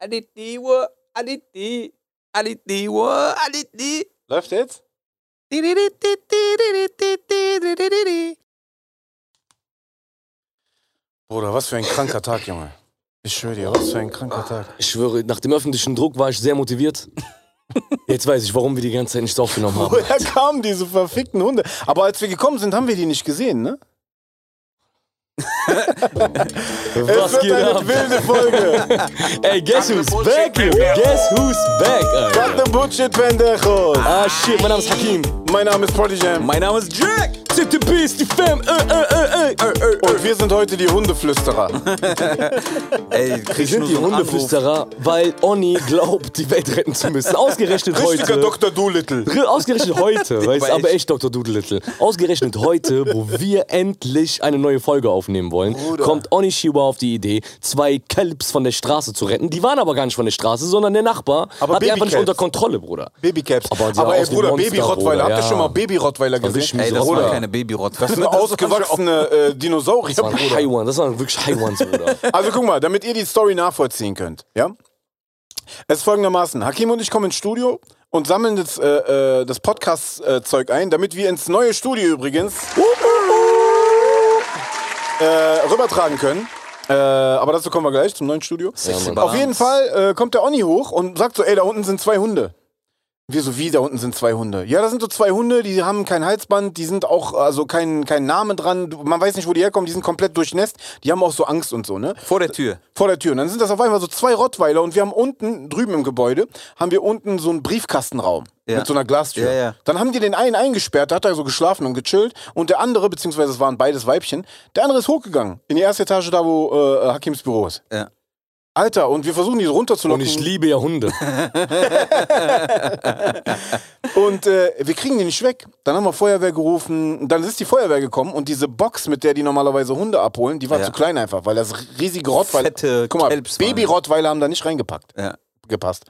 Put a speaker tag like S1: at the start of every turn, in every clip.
S1: Aditiwa, Aditi, Aditiwa, Aditi.
S2: Läuft jetzt? Bruder, was für ein kranker Tag, Junge. Ich schwöre dir, was für ein kranker Tag.
S3: Ich schwöre, nach dem öffentlichen Druck war ich sehr motiviert. Jetzt weiß ich, warum wir die ganze Zeit nicht aufgenommen haben.
S2: Woher kamen diese verfickten Hunde? Aber als wir gekommen sind, haben wir die nicht gesehen, ne?
S3: Was
S2: es
S3: geht
S2: wird eine
S3: ab?
S2: wilde Folge.
S3: Ey, guess who's back, yo? Guess who's back, Alter.
S2: What the bullshit, pendejos.
S3: Ah, shit, mein Name ist Hakim.
S2: Mein Name ist Prodigy Jam.
S4: Mein Name ist Jack.
S3: CTB ist die Fam. Äh, äh, äh, äh.
S2: Und wir sind heute die Hundeflüsterer.
S4: Ey,
S3: Wir
S4: kriegst
S3: sind die Hundeflüsterer, weil Oni glaubt, die Welt retten zu müssen. Ausgerechnet
S2: Richtiger
S3: heute.
S2: Dr. Doolittle.
S3: Re- Ausgerechnet heute, weißt du,
S4: war
S3: aber
S4: echt-
S3: echt Dr. Doodle Ausgerechnet heute, wo wir endlich eine neue Folge aufnehmen wollen, kommt Onishiwa auf die Idee, zwei Kelps von der Straße zu retten. Die waren aber gar nicht von der Straße, sondern der Nachbar
S2: Aber
S3: hat die einfach nicht
S2: Babycats.
S3: unter Kontrolle, Bruder.
S2: Babycaps.
S3: Aber die
S2: Aber,
S3: sah
S2: ey,
S3: aus wie
S2: Bruder,
S3: Monster,
S2: Baby-Rottweiler. Habt ihr
S3: Bruder,
S2: schon
S3: ja.
S2: mal Baby-Rottweiler gesehen?
S3: mich
S4: Ey, das
S3: Bruder.
S4: waren keine Babyrotter.
S2: Das sind ausgewachsene äh, Dinosaurier,
S3: Das waren
S2: Bruder.
S3: Haiwan, das waren wirklich Haiwans, Bruder.
S2: Also guck mal, damit ihr die Story nachvollziehen könnt, ja? Es ist folgendermaßen, Hakim und ich kommen ins Studio und sammeln das, äh, äh, das Podcast-Zeug ein, damit wir ins neue Studio übrigens äh, rübertragen können. Äh, aber dazu kommen wir gleich zum neuen Studio.
S3: Mann.
S2: Auf jeden Fall äh, kommt der Onni hoch und sagt so, ey, da unten sind zwei Hunde. Wir so, wie, da unten sind zwei Hunde. Ja, da sind so zwei Hunde, die haben kein Halsband, die sind auch, also kein, kein Name dran, Du- man weiß nicht, wo die herkommen, die sind komplett durchnässt, die haben auch so Angst und so, ne?
S4: Vor der Tür.
S2: vor der Tür. Und dann sind das auf einmal so zwei Rottweiler und wir haben unten, drüben im Gebäude, haben wir unten so einen Briefkastenraum
S4: Ja.
S2: mit so einer Glastür.
S4: Ja, ja.
S2: Dann haben die den einen eingesperrt, da hat er so geschlafen und gechillt und der andere, beziehungsweise es waren beides Weibchen, der andere ist hochgegangen in die erste Etage da, wo äh, Hakims Büro ist.
S4: Ja.
S2: Alter, und wir versuchen die so
S3: Und
S2: runterzulocken
S3: ich liebe ja Hunde.
S2: und äh, wir kriegen die nicht weg. Dann haben wir Feuerwehr gerufen, dann ist die Feuerwehr gekommen und diese Box, mit der die normalerweise Hunde abholen, die war
S4: Ja.
S2: zu klein einfach, weil das riesige Rottweiler,
S4: Fette
S2: guck mal,
S4: Kelps waren das.
S2: Baby-Rottweiler haben da nicht reingepackt.
S4: Ja.
S2: gepasst.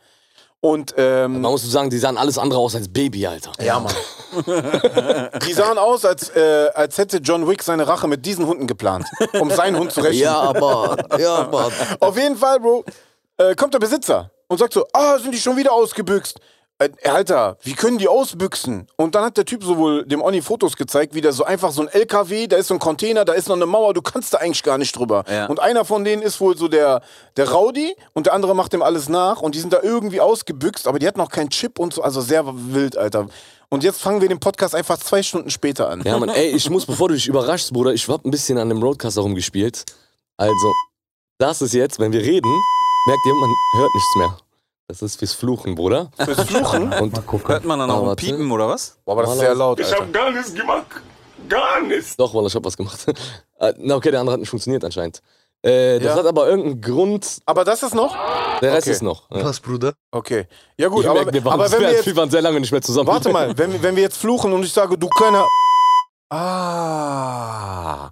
S2: Und ähm,
S3: Man muss sagen, die sahen alles andere aus als Baby, Alter.
S2: ja, Mann. die sahen aus, als, äh, als hätte John Wick seine Rache mit diesen Hunden geplant, um seinen Hund zu rächen.
S3: Ja, aber, ja, aber.
S2: Auf jeden Fall, Bro, äh, kommt der Besitzer und sagt so, ah, sind die schon wieder ausgebüxt? Äh, Alter, wie können die ausbüchsen? Und dann hat der Typ sowohl dem Onni Fotos gezeigt, wie da so einfach so ein LKW, da ist so ein Container, da ist noch eine Mauer, du kannst da eigentlich gar nicht drüber.
S4: Ja.
S2: Und einer von denen ist wohl so der, der Rowdy und der andere macht dem alles nach und die sind da irgendwie ausgebüxt, aber die hatten noch keinen Chip und so, also sehr wild, Alter. Und jetzt fangen wir den Podcast einfach zwei Stunden später an.
S3: Ja, Mann, ey, ich muss, bevor du dich überraschst, Bruder, ich hab ein bisschen an dem Roadcaster rumgespielt. Also, das ist jetzt, wenn wir reden, merkt ihr, man hört nichts mehr. Das ist fürs Fluchen, Bruder.
S2: Fürs Fluchen?
S3: Und
S4: Hört man dann
S3: Ah,
S4: auch ein
S3: warte.
S4: Piepen oder was?
S2: Boah, aber das ist sehr laut,
S5: Ich
S2: Alter.
S5: hab gar nichts gemacht. Gar nichts.
S3: doch, Wallah, ich hab was gemacht. Äh, Na, okay, der andere hat nicht funktioniert anscheinend. Äh, das
S2: Ja.
S3: hat aber irgendeinen Grund,
S2: Aber das ist noch?
S3: der Rest
S2: Okay.
S3: ist noch. Ja.
S6: Was, Bruder?
S2: Okay. Ja gut,
S3: Ich
S2: aber,
S3: merk, wir, waren,
S2: aber wenn wir jetzt
S3: wir waren sehr lange nicht mehr zusammen.
S2: Warte mal, wenn, wir- wenn wir jetzt fluchen und ich sage, du kleiner. Ah.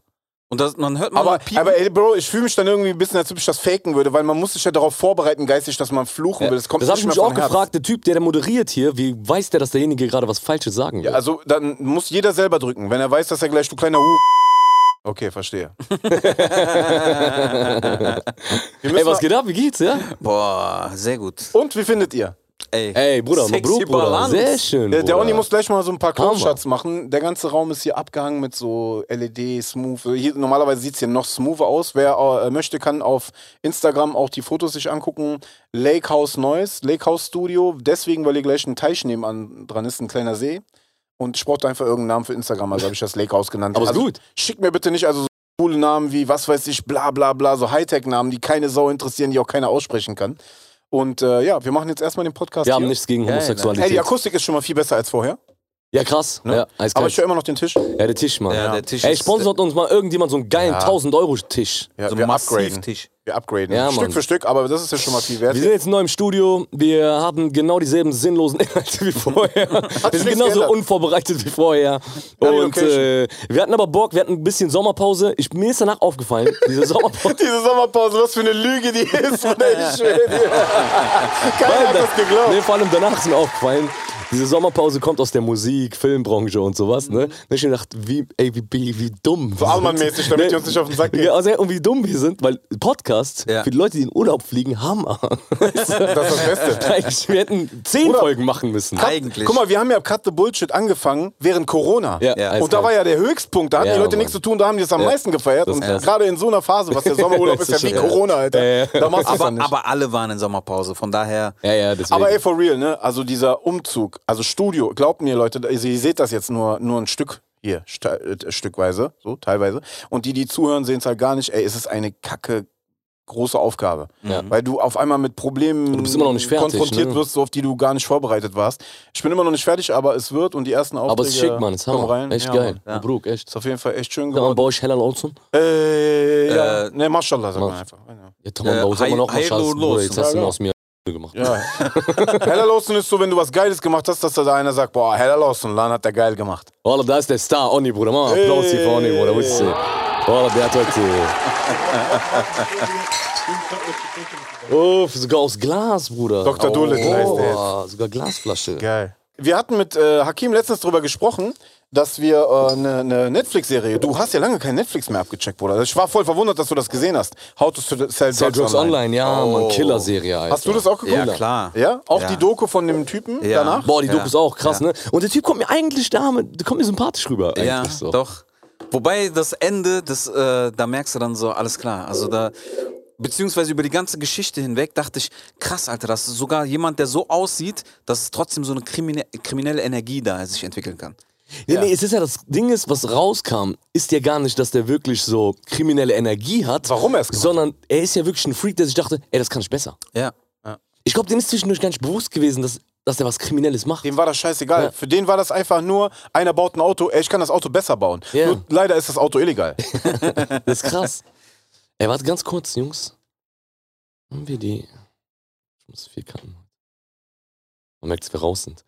S4: Und das, man hört man
S2: Aber,
S4: noch Piepen.
S2: aber ey, Bro, ich fühle mich dann irgendwie ein bisschen, als ob ich das faken würde, weil man muss sich ja darauf vorbereiten, geistig, dass man fluchen will. Das kommt
S3: das
S2: nicht
S3: habe ich
S2: mehr
S3: mich
S2: von
S3: auch
S2: Herz.
S3: gefragt, der Typ, der da moderiert hier, wie weiß der, dass derjenige gerade was Falsches sagen will?
S2: Ja, also dann muss jeder selber drücken, wenn er weiß, dass er gleich du kleiner Hu. Okay, verstehe. Wir müssen
S3: Ey, was geht ab? Wie geht's, ja?
S4: Boah, sehr gut.
S2: und wie findet ihr?
S4: Ey,
S3: Ey, Bruder,
S4: Sexy
S3: Mabruk, Bruder.
S4: Balance.
S3: Sehr schön,
S2: Der,
S3: Bruder.
S2: der Oni muss gleich mal so ein paar
S3: Hammer.
S2: Close-Shots machen. Der ganze Raum ist hier abgehangen mit so LED, Smooth. Hier, normalerweise sieht es hier noch smoother aus. Wer äh, möchte, kann auf Instagram auch die Fotos sich angucken. Lake House Noise, Lake House Studio. Deswegen, weil hier gleich ein Teich nebenan dran ist, ein kleiner See. Und ich brauchte einfach irgendeinen Namen für Instagram, also habe ich das Lake House genannt.
S3: Aber ist
S2: also,
S3: gut.
S2: Schick mir bitte nicht also so coole Namen wie was weiß ich, bla bla bla, so Hightech-Namen, die keine Sau interessieren, die auch keiner aussprechen kann. Und äh, ja, wir machen jetzt erstmal den Podcast.
S3: Wir haben
S2: hier.
S3: nichts gegen
S4: Geil,
S2: Ey,
S3: Homosexualität.
S2: die Akustik ist schon mal viel besser als vorher.
S3: ja, krass.
S2: Ne?
S3: Ja, eiskalt.
S2: Aber ich höre immer noch den Tisch.
S3: ja, der Tisch, Mann.
S4: Ja, der Tisch
S3: Ey,
S4: ist-
S3: sponsert uns mal irgendjemand so einen geilen 1000-Euro-Tisch.
S2: äh, Ja,
S4: so
S2: wir
S4: ein
S2: upgraden.
S4: Massivtisch.
S2: Wir upgraden.
S3: Ja,
S2: Stück
S3: Mann.
S2: für Stück, aber das ist ja schon mal viel wert.
S3: Wir sind jetzt neu im Studio. Wir haben genau dieselben sinnlosen Inhalte wie vorher. wir
S2: sich
S3: sind
S2: nichts
S3: genauso
S2: geändert.
S3: unvorbereitet wie vorher.
S2: die
S3: Und
S2: Location.
S3: äh, wir hatten aber Bock, wir hatten ein bisschen Sommerpause. Ich, mir ist danach aufgefallen, diese Sommerpause.
S2: Diese Sommerpause, was für eine Lüge die ist. Mann, ey, ich schwöre dir. Keiner hat das geglaubt.
S3: ne, Nee, vor allem danach ist mir aufgefallen, Diese Sommerpause kommt aus der Musik, Filmbranche und sowas, ne? Da hab ich mir gedacht, wie, ey, wie, wie, wie dumm.
S2: So Allmann-mäßig, damit die uns nicht auf den Sack gehen.
S3: Ja, also, und wie dumm wir sind, weil Podcasts
S4: Ja.
S3: für die Leute, die in Urlaub fliegen, Hammer. das ist
S2: das Beste.
S3: Eigentlich, wir hätten zehn
S2: Oder-
S3: Folgen machen müssen.
S4: Eigentlich.
S2: Guck mal, wir haben ja Cut the Bullshit angefangen während Corona.
S3: Ja, ja,
S2: und da
S3: eiskalt.
S2: war ja der Höchstpunkt. Da hatten
S3: Ja,
S2: die Leute
S3: Mann.
S2: nichts zu tun, da haben die es am meisten gefeiert.
S3: Das
S2: Und
S3: ist krass.
S2: gerade in so einer Phase, was der Sommerurlaub ist,
S3: Das
S2: ja
S3: ist
S2: wie
S3: schon-
S2: Corona, Alter.
S3: Ja, ja.
S2: Da machst du es ja
S4: aber,
S2: nicht.
S4: aber alle waren in Sommerpause, von daher.
S3: Ja, ja, deswegen.
S2: Aber ey, for real, ne? Also dieser Umzug, also Studio, glaubt mir, Leute, da- ihr seht das jetzt nur, nur ein Stück hier, sta- äh, stückweise, so teilweise. Und die, die zuhören, sehen es halt gar nicht. Ey, es ist eine kacke große Aufgabe. Weil du auf einmal mit Problemen
S3: Du bist immer noch nicht fertig,
S2: konfrontiert
S3: ne?
S2: wirst, so auf die du gar nicht vorbereitet warst. Ich bin immer noch nicht fertig, aber es wird und die ersten Aufträge
S3: Aber es ist schick, Mann, ist
S2: kommen
S3: Hammer.
S2: rein.
S3: Echt
S2: Ja,
S3: geil.
S2: Mann.
S3: Ja. Brug, echt.
S2: Ist auf jeden Fall echt schön
S3: Sag mal,
S2: geworden.
S3: baue ich Hellal Olson?
S2: äh, ja.
S4: Äh,
S2: ne, Maschallah, sag mal
S3: Mach.
S2: einfach. Genau. Ja.
S3: Ja, Tom, äh,
S4: Äh,
S3: baue ich
S4: Hei-
S3: immer noch mal
S4: Heil-
S3: Schatz.
S4: los.
S3: Bruder, Jetzt hast du
S2: Ja,
S3: ihn aus mir gemacht.
S2: Ja. Hella Lawson ist so, wenn du was Geiles gemacht hast, dass da einer sagt, boah, Hella Lawson, Lan hat der geil gemacht.
S3: Walla, da ist der Star, Onni, Bruder. Mach mal Applaus hier für Onni, Bruder. Willst du? Walla, der hat heute... Uff, sogar aus Glas, Bruder.
S2: Dr. Dolittle heißt der
S3: Oh, sogar Glasflasche.
S2: Geil. Wir hatten mit äh, Hakim letztens drüber gesprochen, dass wir eine äh, ne, ne Netflix-Serie. Du hast ja lange kein Netflix mehr abgecheckt, Bruder. Ich war voll verwundert, dass du das gesehen hast. How to Sell, sell,
S3: Sell Drugs Online, ja, Mann, Killer-Serie, Alter.
S2: Oh. Hast du das auch geguckt?
S4: Ja, klar.
S2: Ja? Auch
S4: Ja.
S2: die Doku von dem Typen
S4: Ja.
S2: danach?
S3: Boah, die Doku
S4: Ja.
S3: ist auch krass, ne? Und der Typ kommt mir eigentlich da, der kommt mir sympathisch rüber.
S4: Ja,
S3: eigentlich so.
S4: doch. Wobei das Ende, das, äh, da merkst du dann so, alles klar. Also da, beziehungsweise über die ganze Geschichte hinweg dachte ich, krass, Alter, dass sogar jemand, der so aussieht, dass es trotzdem so eine krimine kriminelle Energie da sich entwickeln kann.
S3: Nee, nee, es ist ja das Ding ist, was rauskam, ist ja gar nicht, dass der wirklich so kriminelle Energie hat.
S2: Warum er es gemacht
S3: Sondern er ist ja wirklich ein Freak, der sich dachte, ey, das kann ich besser.
S4: Ja.
S3: Ich glaube, dem ist zwischendurch gar nicht bewusst gewesen, dass, dass er was Kriminelles macht.
S2: Dem war das scheißegal.
S3: Ja.
S2: Für den war das einfach nur, einer baut ein Auto, ey, ich kann das Auto besser bauen.
S3: Ja.
S2: Nur leider ist das Auto illegal.
S3: Das ist krass. ey, warte ganz kurz, Jungs. Haben wir die. Ich muss viel Karten. Man merkt, dass wir raus sind.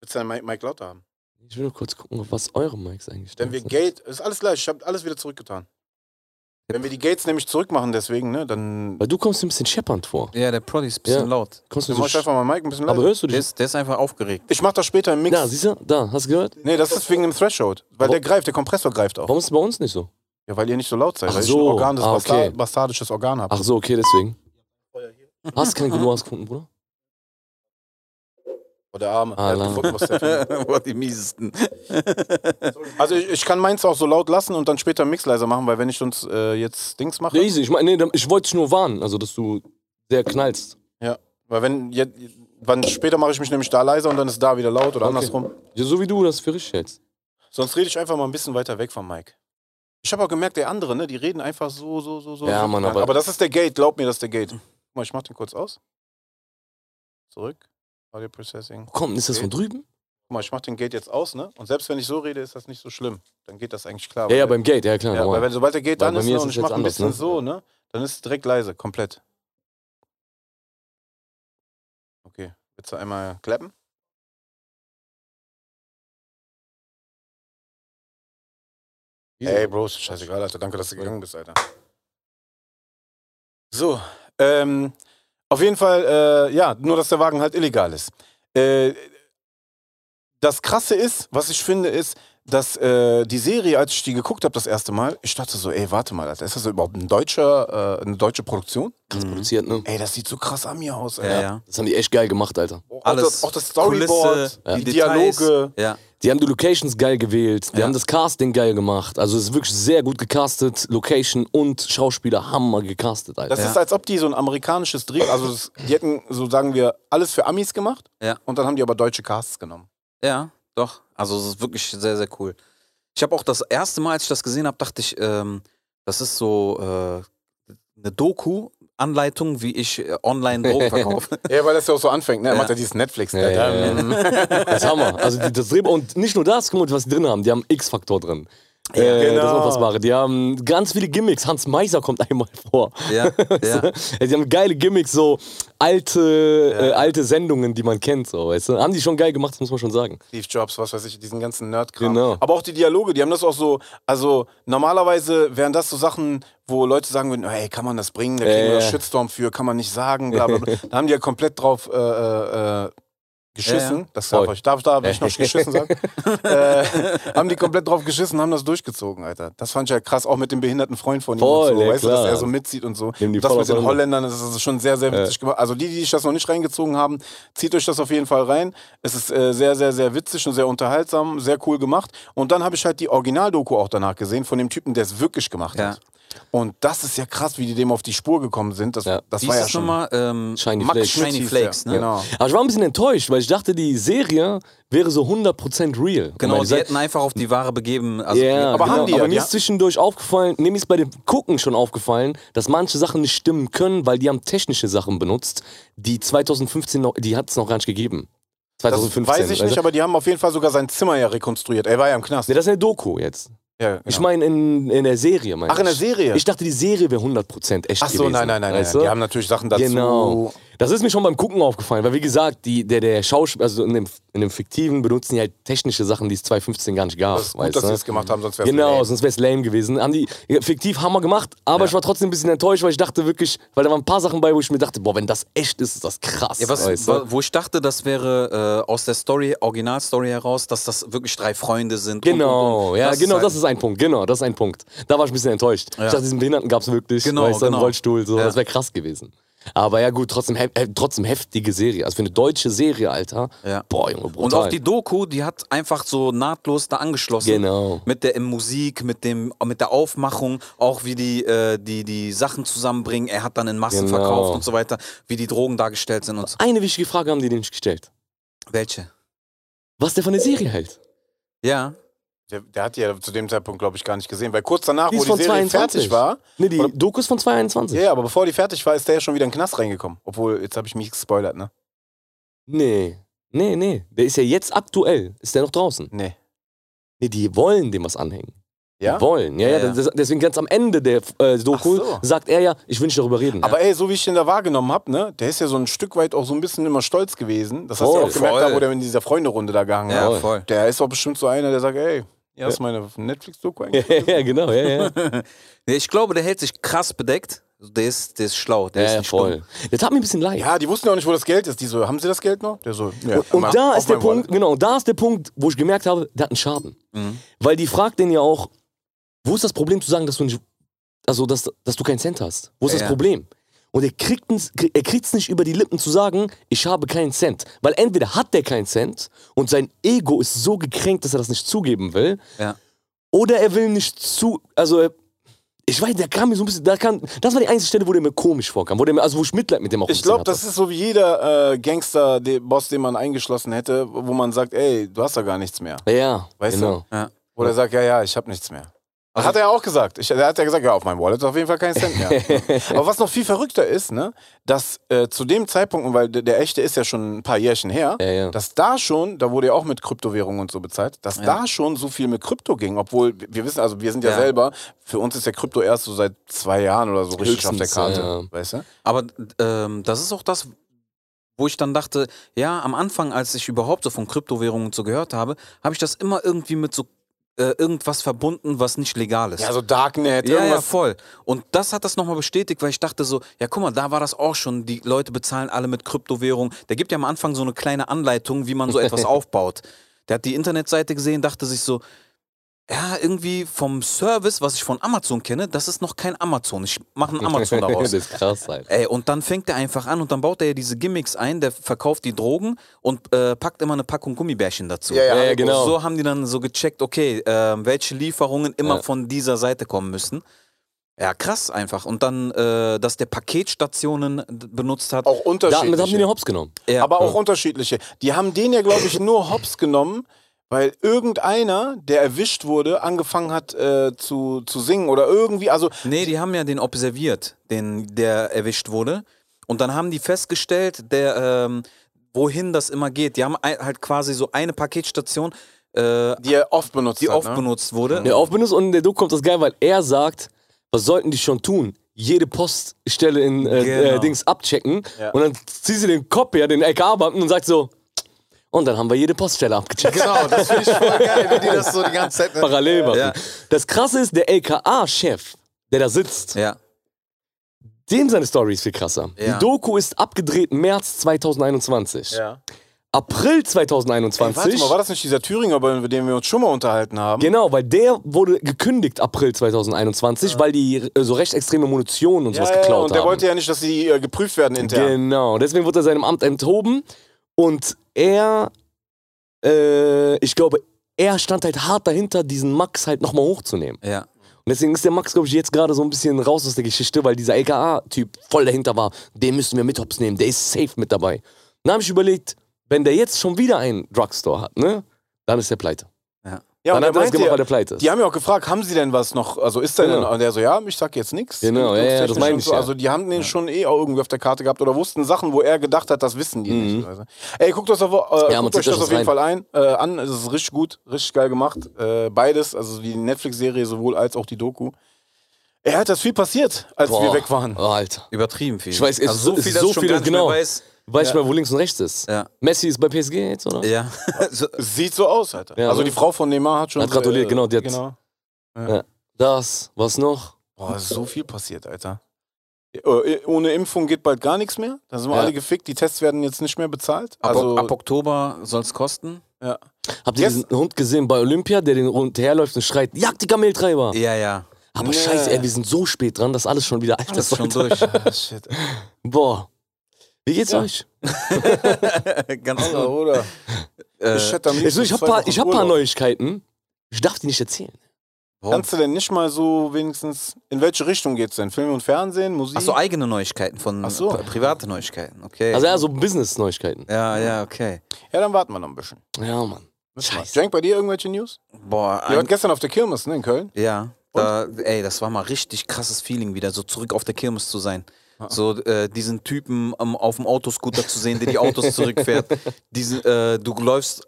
S2: Willst du deinen äh, Mike, Mike lauter haben?
S3: Ich will nur kurz gucken, auf was eure Mics eigentlich
S2: Denn
S3: drauf
S2: wir
S3: sind.
S2: Gate, ist alles gleich, ich habe alles wieder zurückgetan. Wenn wir die Gates nämlich zurückmachen, deswegen, ne, dann.
S3: Weil du kommst mir ein bisschen scheppernd vor.
S4: Ja, der Prodi ist ein bisschen
S3: Ja.
S4: laut.
S3: Kommst mir
S2: Dann
S3: so
S2: mach ich einfach mal Mike ein bisschen
S3: sch- aber
S2: leiser.
S3: hörst du
S4: Der
S3: dich?
S4: ist, der ist einfach aufgeregt.
S2: Ich mach das später im Mix.
S3: Da, siehst du? Da, hast du gehört?
S2: Nee, das ist wegen dem Threshold. Weil der greift, der Kompressor greift auch.
S3: Warum ist es bei uns nicht so?
S2: Ja, weil ihr nicht so laut seid.
S3: Ach
S2: weil ich ein
S3: so.
S2: Organ, das
S3: Ah, okay.
S2: Basta- bastardisches Organ habt.
S3: Ach so, okay, deswegen. Hast du keinen Guru gefunden, Bruder?
S2: Oh, der Arme. Der
S3: Ah,
S2: hat
S3: la.
S2: gefunden, was der findet.
S4: Boah, die miesesten.
S2: also ich, ich kann meins auch so laut lassen und dann später im Mix leiser machen, weil wenn ich uns äh, jetzt Dings mache.
S3: Ja, easy. Ich, mein, nee, dann- ich wollte dich nur warnen, also dass du sehr knallst.
S2: Ja. Weil wenn jetzt. Wann später mache ich mich nämlich da leiser und dann ist da wieder laut oder
S3: Okay.
S2: andersrum.
S3: Ja, so wie du das für richtig hältst.
S2: Sonst rede ich einfach mal ein bisschen weiter weg vom Mike. Ich habe auch gemerkt, der andere, ne, die reden einfach so, so, so, so.
S3: Ja,
S2: so.
S3: Mann, aber-
S2: aber das ist der Gate, glaub mir, das ist der Gate. Guck mal, ich mach den kurz aus. Zurück. Audio Processing.
S3: Wo kommt, ist das von drüben?
S2: Guck mal, ich mach den Gate jetzt aus, ne? Und selbst wenn ich so rede, ist das nicht so schlimm. Dann geht das eigentlich klar.
S3: Ja, ja,
S2: Weil-
S3: beim Gate, ja klar.
S2: ja, weil
S3: normal.
S2: wenn, sobald der Gate
S3: Weil
S2: an
S3: bei
S2: ist,
S3: mir
S2: ne,
S3: ist
S2: und
S3: es
S2: ich mach
S3: jetzt
S2: ein
S3: anders,
S2: bisschen
S3: ne?
S2: so, ne? Dann ist es direkt leise, komplett. Okay, willst du einmal klappen? Ey, Bro, ist scheißegal, Alter. Danke, dass du gegangen bist, Alter. So, ähm, auf jeden Fall, äh, ja, nur dass der Wagen halt illegal ist. Äh, das Krasse ist, was ich finde, ist, dass äh, die Serie, als ich die geguckt habe das erste Mal, ich dachte so, ey, warte mal, Alter, ist das überhaupt ein deutscher, äh, eine deutsche Produktion?
S3: Krass produziert, ne?
S2: Ey, das sieht so krass an mir aus,
S4: Ja,
S2: Alter.
S4: ja.
S3: Das haben die echt geil gemacht, Alter.
S2: Auch,
S4: Alles.
S2: das, auch das Storyboard,
S4: Kulisse, ja.
S2: die
S4: die Details.
S2: Dialoge.
S4: Ja.
S3: Die haben die Locations geil gewählt, die
S4: Ja.
S3: haben das Casting geil gemacht. Also es ist wirklich sehr gut gecastet. Location und Schauspieler hammer gecastet, Alter.
S2: Das ist, als ob die so ein amerikanisches Dreh, also das, die hätten, so sagen wir, alles für Amis gemacht
S4: Ja.
S2: und dann haben die aber deutsche Casts genommen.
S4: Ja, doch. Also es ist wirklich sehr, sehr cool. Ich habe auch das erste Mal, als ich das gesehen habe, dachte ich, ähm, das ist so äh, eine Doku-Anleitung, wie ich äh, online Drogen verkaufe.
S2: Ja, weil das ja auch so anfängt, ne? Er
S4: Ja.
S2: macht ja dieses Mhm. netflix
S3: Ja, ja, Das ist Hammer. Also die, das Drehbuch und nicht nur das, guck mal, was die drin haben. Die haben X-Faktor drin. äh,
S2: genau.
S3: Das ist unfassbare. Die haben ganz viele Gimmicks. Hans Meiser kommt einmal vor.
S4: ja, ja.
S3: Weißt du? Die haben geile Gimmicks, so alte, äh, alte Sendungen, die man kennt, so, weißt du? Haben die schon geil gemacht, das muss man schon sagen.
S2: Steve Jobs, was weiß ich, diesen ganzen Nerd-Kram.
S3: Genau.
S2: Aber auch die Dialoge, die haben das auch so, also normalerweise wären das so Sachen, wo Leute sagen würden, hey, kann man das bringen, da kriegen
S3: Ja,
S2: wir
S3: ja.
S2: Shitstorm für, kann man nicht sagen, bla bla bla. da haben die ja komplett drauf äh, äh, äh, geschissen.
S4: Ja, ja.
S2: Das darf
S3: Voll.
S2: ich, darf, darf ich noch geschissen sagen. äh, haben die komplett drauf geschissen, haben das durchgezogen, Alter. Das fand ich ja krass, auch mit dem behinderten Freund von ihm.
S3: Voll,
S2: und so,
S3: ja,
S2: weißt du, dass
S3: klar.
S2: er so mitzieht und so.
S3: Nehmen die
S2: Und das
S3: voll
S2: mit den
S3: auseinander.
S2: Holländern, das ist schon sehr, sehr witzig gemacht. Also die, die sich das noch nicht reingezogen haben, zieht euch das auf jeden Fall rein. Es ist äh, sehr, sehr, sehr witzig und sehr unterhaltsam, sehr cool gemacht. Und dann habe ich halt die Originaldoku auch danach gesehen von dem Typen, der es wirklich gemacht
S4: Ja.
S2: hat. Und das ist ja krass, wie die dem auf die Spur gekommen sind. Das,
S3: Ja.
S2: das
S4: Wie
S2: war
S4: ist
S2: ja
S4: das
S2: schon
S4: nochmal? Ähm,
S3: Shiny
S2: Max
S3: Flakes.
S2: Schmitz
S4: Shiny
S2: hieß
S4: Flakes,
S2: der.
S4: ne?
S2: Genau.
S3: Aber ich war ein bisschen enttäuscht, weil ich dachte, die Serie wäre so 100% real.
S4: genau,
S3: Weil
S4: die
S3: die
S4: hätten einfach auf die Ware begeben. Also,
S3: Ja,
S2: aber
S3: genau.
S2: haben die
S3: aber
S2: ja,
S3: mir
S2: ja.
S3: ist zwischendurch aufgefallen, mir ist bei dem Gucken schon aufgefallen, dass manche Sachen nicht stimmen können, weil die haben technische Sachen benutzt, die 2015 noch, die hat es noch gar nicht gegeben. 2015.
S2: Das weiß ich nicht,
S3: weißt du?
S2: aber die haben auf jeden Fall sogar sein Zimmer ja rekonstruiert. Er war ja im Knast.
S3: Nee, also das ist eine Doku jetzt.
S2: Ja, genau.
S3: Ich meine, in, in der Serie, meine
S2: Ach, in der
S3: ich.
S2: Serie?
S3: Ich dachte, die Serie wäre 100% echt
S2: Ach so,
S3: gewesen.
S2: nein, nein, nein, nein.
S3: weißt du?
S2: Die haben natürlich Sachen dazu.
S3: Genau. Das ist mir schon beim Gucken aufgefallen, weil wie gesagt, die, der, der Schauspieler, also in dem, in dem Fiktiven benutzen die halt technische Sachen, die es 2015 gar nicht gab.
S2: Das ist gut,
S3: weißt
S2: dass
S3: du?
S2: sie es gemacht haben, sonst wäre es
S3: Genau,
S2: lame.
S3: sonst wäre es lame gewesen. Haben die ja, fiktiv Hammer gemacht, aber ich war trotzdem ein bisschen enttäuscht, weil ich dachte wirklich, weil da waren ein paar Sachen bei, wo ich mir dachte, boah, wenn das echt ist, ist das krass.
S4: Ja, was,
S3: weißt du?
S4: wa- wo ich dachte, das wäre äh, aus der Story, Originalstory heraus, dass das wirklich drei Freunde sind. und, und,
S3: Genau,
S4: und.
S3: ja,
S4: Das
S3: genau,
S4: halt-
S3: das ist ein Punkt, genau, das ist ein Punkt. Da war ich ein bisschen enttäuscht. Ich dachte, diesen Behinderten gab es wirklich,
S4: Genau,
S3: weißt du, im
S4: genau.
S3: Rollstuhl, so,
S4: Ja.
S3: das wäre krass gewesen. Aber ja gut, trotzdem, hef- äh, trotzdem heftige Serie. Also für eine deutsche Serie, Alter.
S4: Ja.
S3: Boah, Junge, brutal.
S4: Und auch die Doku, die hat einfach so nahtlos da angeschlossen.
S3: Genau.
S4: Mit der Musik, mit, dem, mit der Aufmachung, auch wie die, äh, die, die Sachen zusammenbringen. Er hat dann in Massen
S3: Genau.
S4: verkauft und so weiter, wie die Drogen dargestellt sind und so.
S3: Eine wichtige Frage haben die dir nicht gestellt.
S4: Welche?
S3: Was der von der Serie hält.
S4: Ja.
S2: Der, der hat die ja zu dem Zeitpunkt, glaube ich, gar nicht gesehen. Weil kurz danach,
S3: Die
S2: wo
S3: ist
S2: die
S3: von
S2: Serie
S3: 22.
S2: fertig war,
S3: Ne, die
S2: Oder-
S3: Doku ist von 22.
S2: ja, ja, aber bevor die fertig war, ist der ja schon wieder in den Knast reingekommen. Obwohl, jetzt habe ich mich gespoilert, ne?
S3: Nee. Nee, nee. Der ist ja jetzt aktuell. Ist der noch draußen?
S2: Nee.
S3: Nee, die wollen dem was anhängen.
S2: Ja?
S3: Die wollen. Ja, ja.
S4: Ja, ja.
S3: das- Deswegen ganz am Ende der äh, Doku
S2: Ach so.
S3: sagt er ja, ich will nicht darüber reden.
S2: Aber ey, so wie ich den da wahrgenommen habe, ne, der ist ja so ein Stück weit auch so ein bisschen immer stolz gewesen. Das hast du
S3: Voll.
S2: ja auch gemerkt,
S4: Voll.
S2: da, wo der in dieser Freunde-Runde da gehangen
S4: Ja,
S2: hat.
S4: voll.
S2: Der ist doch bestimmt so einer, der sagt, ey, ja, ist meine Netflix-Doku eigentlich.
S3: ja, ja, genau, ja, ja.
S4: Nee, ich glaube, der hält sich krass bedeckt. Der ist, der ist schlau. Der
S3: ja,
S4: ist
S3: ja
S4: nicht
S3: voll.
S4: dumm.
S3: Das tat mir ein bisschen leid.
S2: Ja, die wussten ja auch nicht, wo das Geld ist. Die so, haben sie das Geld noch? Der so, ja,
S3: Und
S2: mein-
S3: da
S2: auf
S3: ist der
S2: mein
S3: Punkt,
S2: Wallet.
S3: genau, da ist der Punkt, wo ich gemerkt habe, der hat einen Schaden.
S2: Mhm.
S3: Weil die fragt den ja auch, wo ist das Problem zu sagen, dass du nicht, also dass, dass du keinen Cent hast? Wo ist das
S4: Ja.
S3: Problem? Und er kriegt es er kriegt's nicht über die Lippen zu sagen, ich habe keinen Cent. Weil entweder hat der keinen Cent und sein Ego ist so gekränkt, dass er das nicht zugeben will,
S4: Ja.
S3: oder er will nicht zu, also er- ich weiß, da kam mir so ein bisschen, da kam, das war die einzige Stelle, wo der mir komisch vorkam, wo der mir, also wo ich Mitleid mit dem auch ein
S2: Ich
S3: bisschen
S2: glaube,
S3: hatte.
S2: das ist so wie jeder äh, Gangster-Boss, den man eingeschlossen hätte, wo man sagt, ey, du hast ja gar nichts mehr.
S3: ja,
S2: Weißt du?
S3: genau.
S4: Ja.
S2: Oder sagt, ja, ja, ich habe nichts mehr.
S3: Also
S2: Das hat er auch gesagt. Ich, er hat ja gesagt, ja, auf meinem Wallet ist auf jeden Fall kein Cent mehr. Aber was noch viel verrückter ist, ne, dass äh, zu dem Zeitpunkt, und weil der, der echte ist ja schon ein paar Jährchen her,
S3: Ja, ja.
S2: dass da schon, da wurde ja auch mit Kryptowährungen und so bezahlt, dass da schon so viel mit Krypto ging. Obwohl, wir wissen, also wir sind ja,
S4: Ja.
S2: selber, für uns ist der Krypto erst so seit zwei Jahren oder so richtig auf der
S3: Höchstens,
S2: Karte.
S3: ja.
S2: Weißt du?
S4: Aber ähm, das ist auch das, wo ich dann dachte, ja, am Anfang, als ich überhaupt so von Kryptowährungen und so gehört habe, habe ich das immer irgendwie mit so äh, irgendwas verbunden, was nicht legal ist.
S2: Ja, so Darknet,
S4: Ja, ja,
S2: irgendwas
S4: voll. Und das hat das nochmal bestätigt, weil ich dachte so, ja, guck mal, da war das auch schon. Die Leute bezahlen alle mit Kryptowährung. Der gibt ja am Anfang so eine kleine Anleitung, wie man so etwas aufbaut. Der hat die Internetseite gesehen, dachte sich so, ja, irgendwie vom Service, was ich von Amazon kenne, das ist noch kein Amazon. Ich mache ein Amazon daraus.
S3: das ist krass, Alter.
S4: Ey, und dann fängt er einfach an und dann baut er ja diese Gimmicks ein, der verkauft die Drogen und äh, packt immer eine Packung Gummibärchen dazu.
S2: Ja, ja,
S3: Ja, ja, genau.
S4: So haben die dann so gecheckt, okay, ähm, welche Lieferungen immer
S3: Ja.
S4: von dieser Seite kommen müssen. Ja, krass einfach. Und dann, äh, dass der Paketstationen d- benutzt hat.
S2: Auch unterschiedliche.
S3: Damit haben die den Hops genommen.
S4: ja,
S2: aber auch unterschiedliche. Die haben den ja, glaube ich, nur hops genommen, weil irgendeiner, der erwischt wurde, angefangen hat äh, zu, zu singen oder irgendwie. Also,
S4: nee, die haben ja den observiert, den, der erwischt wurde. Und dann haben die festgestellt, der, ähm, wohin das immer geht. Die haben ein, halt quasi so eine Paketstation, äh,
S2: die er oft benutzt
S4: die
S2: hat.
S4: oft
S2: ne?
S4: benutzt wurde.
S3: Der Aufbindus und der Doku kommt das geil, weil er sagt, was sollten die schon tun? Jede Poststelle in äh,
S4: Genau.
S3: äh, Dings abchecken
S2: Ja.
S3: und dann zieht sie den Kopf her, den LK-Beamten und sagt so, und dann haben wir jede Poststelle abgecheckt.
S2: Oh,
S4: Genau, das finde ich voll geil, wie die das so die ganze
S2: ne?
S4: Zeit.
S3: Parallel machen.
S4: Ja.
S3: Das krasse ist, der LKA-Chef, der da sitzt,
S4: Ja,
S3: dem seine Story ist viel krasser.
S4: Ja.
S3: Die Doku ist abgedreht März 2021.
S2: Ja.
S3: April
S2: Ey,
S3: 2021.
S2: warte mal, war das nicht dieser Thüringer, über den wir uns schon mal unterhalten haben?
S3: Genau, weil der wurde gekündigt April 2021, weil die äh, so rechtsextreme Munition und sowas
S2: ja, ja,
S3: geklaut
S2: und der
S3: Genau, haben.
S2: wollte ja nicht, dass sie äh, geprüft werden intern.
S3: Genau, deswegen wurde er seinem Amt enthoben und er, äh, ich glaube, er stand halt hart dahinter, diesen Max halt nochmal hochzunehmen.
S4: Ja.
S3: Und deswegen ist der Max, glaube ich, jetzt gerade so ein bisschen raus aus der Geschichte, weil dieser LKA-Typ voll dahinter war. Den müssen wir mit hops nehmen, der ist safe mit dabei. Dann habe ich überlegt, wenn der jetzt schon wieder einen Drugstore hat, ne, dann ist der pleite.
S2: Ja, und
S3: dann
S2: der
S3: hat
S2: meinte
S3: er das gemacht,
S2: ja-
S3: weil der pleite ist.
S2: Die haben ja auch gefragt, haben sie denn was noch? Also ist da
S3: Genau.
S2: denn? Und der so, ja, ich sag jetzt nichts.
S3: Genau, ja, ja, das meine ich,
S2: So.
S3: ja.
S2: Also die haben den schon eh auch irgendwie auf der Karte gehabt oder wussten Sachen, wo er gedacht hat, das wissen die nicht. Also. Ey, guckt, das auf, äh,
S3: Mhm. Ja, man
S2: guckt euch
S3: zieht
S2: das
S3: euch
S2: auf jeden
S3: rein.
S2: Fall ein, äh, an. Es ist richtig gut, richtig geil gemacht. Äh, beides, also die Netflix-Serie sowohl als auch die Doku. Er hat das viel passiert, als wir weg waren.
S3: Oh, Alter.
S4: Übertrieben viel.
S3: Ich weiß, es ist so- es ist
S4: dass
S3: so
S4: ich schon
S3: viel,
S4: gar nicht
S3: genau.
S4: Mehr weiß.
S3: Weiß ich mal, wo links und rechts ist.
S4: Ja.
S3: Messi ist bei PSG jetzt, oder?
S4: Ja. so,
S2: Sieht so aus, Alter.
S3: Ja,
S2: also
S3: ne?
S2: die Frau von Neymar hat schon.
S3: Hat gratuliert, genau, die hat-
S2: Genau.
S3: Das, was noch?
S2: Boah, ist so viel passiert, Alter. Äh, Ohne Impfung geht bald gar nichts mehr. Da sind wir
S3: Ja.
S2: alle gefickt. Die Tests werden jetzt nicht mehr bezahlt.
S4: ab,
S2: Also,
S4: ab Oktober soll es kosten.
S2: ja.
S3: Habt ihr
S2: Yes.
S3: diesen Hund gesehen bei Olympia, der den Hund herläuft und schreit, jagt die Kameltreiber?
S4: Ja, ja.
S3: Aber
S2: Nee.
S3: scheiße, ey, wir sind so spät dran, dass alles schon wieder alt ist.
S4: Das ist schon durch.
S2: Ah, shit.
S3: Boah. Wie geht's euch?
S4: Ganz genau.
S2: Oder,
S4: gut.
S2: oder?
S4: Äh,
S2: ich hätte am
S3: Also,
S2: liebsten
S3: ich habe
S2: zwei
S3: paar,
S2: Wochen
S3: ich hab paar
S2: Urlaub.
S3: Neuigkeiten. Ich darf die nicht erzählen.
S2: Kannst du denn nicht mal so wenigstens. In welche Richtung geht's denn? Film und Fernsehen, Musik?
S4: Achso, eigene Neuigkeiten von
S2: Ach so.
S4: pri- private Neuigkeiten. Okay.
S3: Also ja, so Business-Neuigkeiten.
S4: ja, ja, okay.
S2: ja, dann warten wir noch ein bisschen.
S3: Ja, Mann.
S2: Müssen wir.
S3: Scheiße.
S2: Jank, bei dir irgendwelche News?
S4: Boah,
S2: Ihr
S4: ein,
S2: wart gestern auf der Kirmes, ne, in Köln?
S4: ja. Da, ey, das war mal richtig krasses Feeling wieder, so zurück auf der Kirmes zu sein. So äh, diesen Typen ähm, auf dem Autoscooter zu sehen, der die Autos zurückfährt. Diesen, äh, du läufst,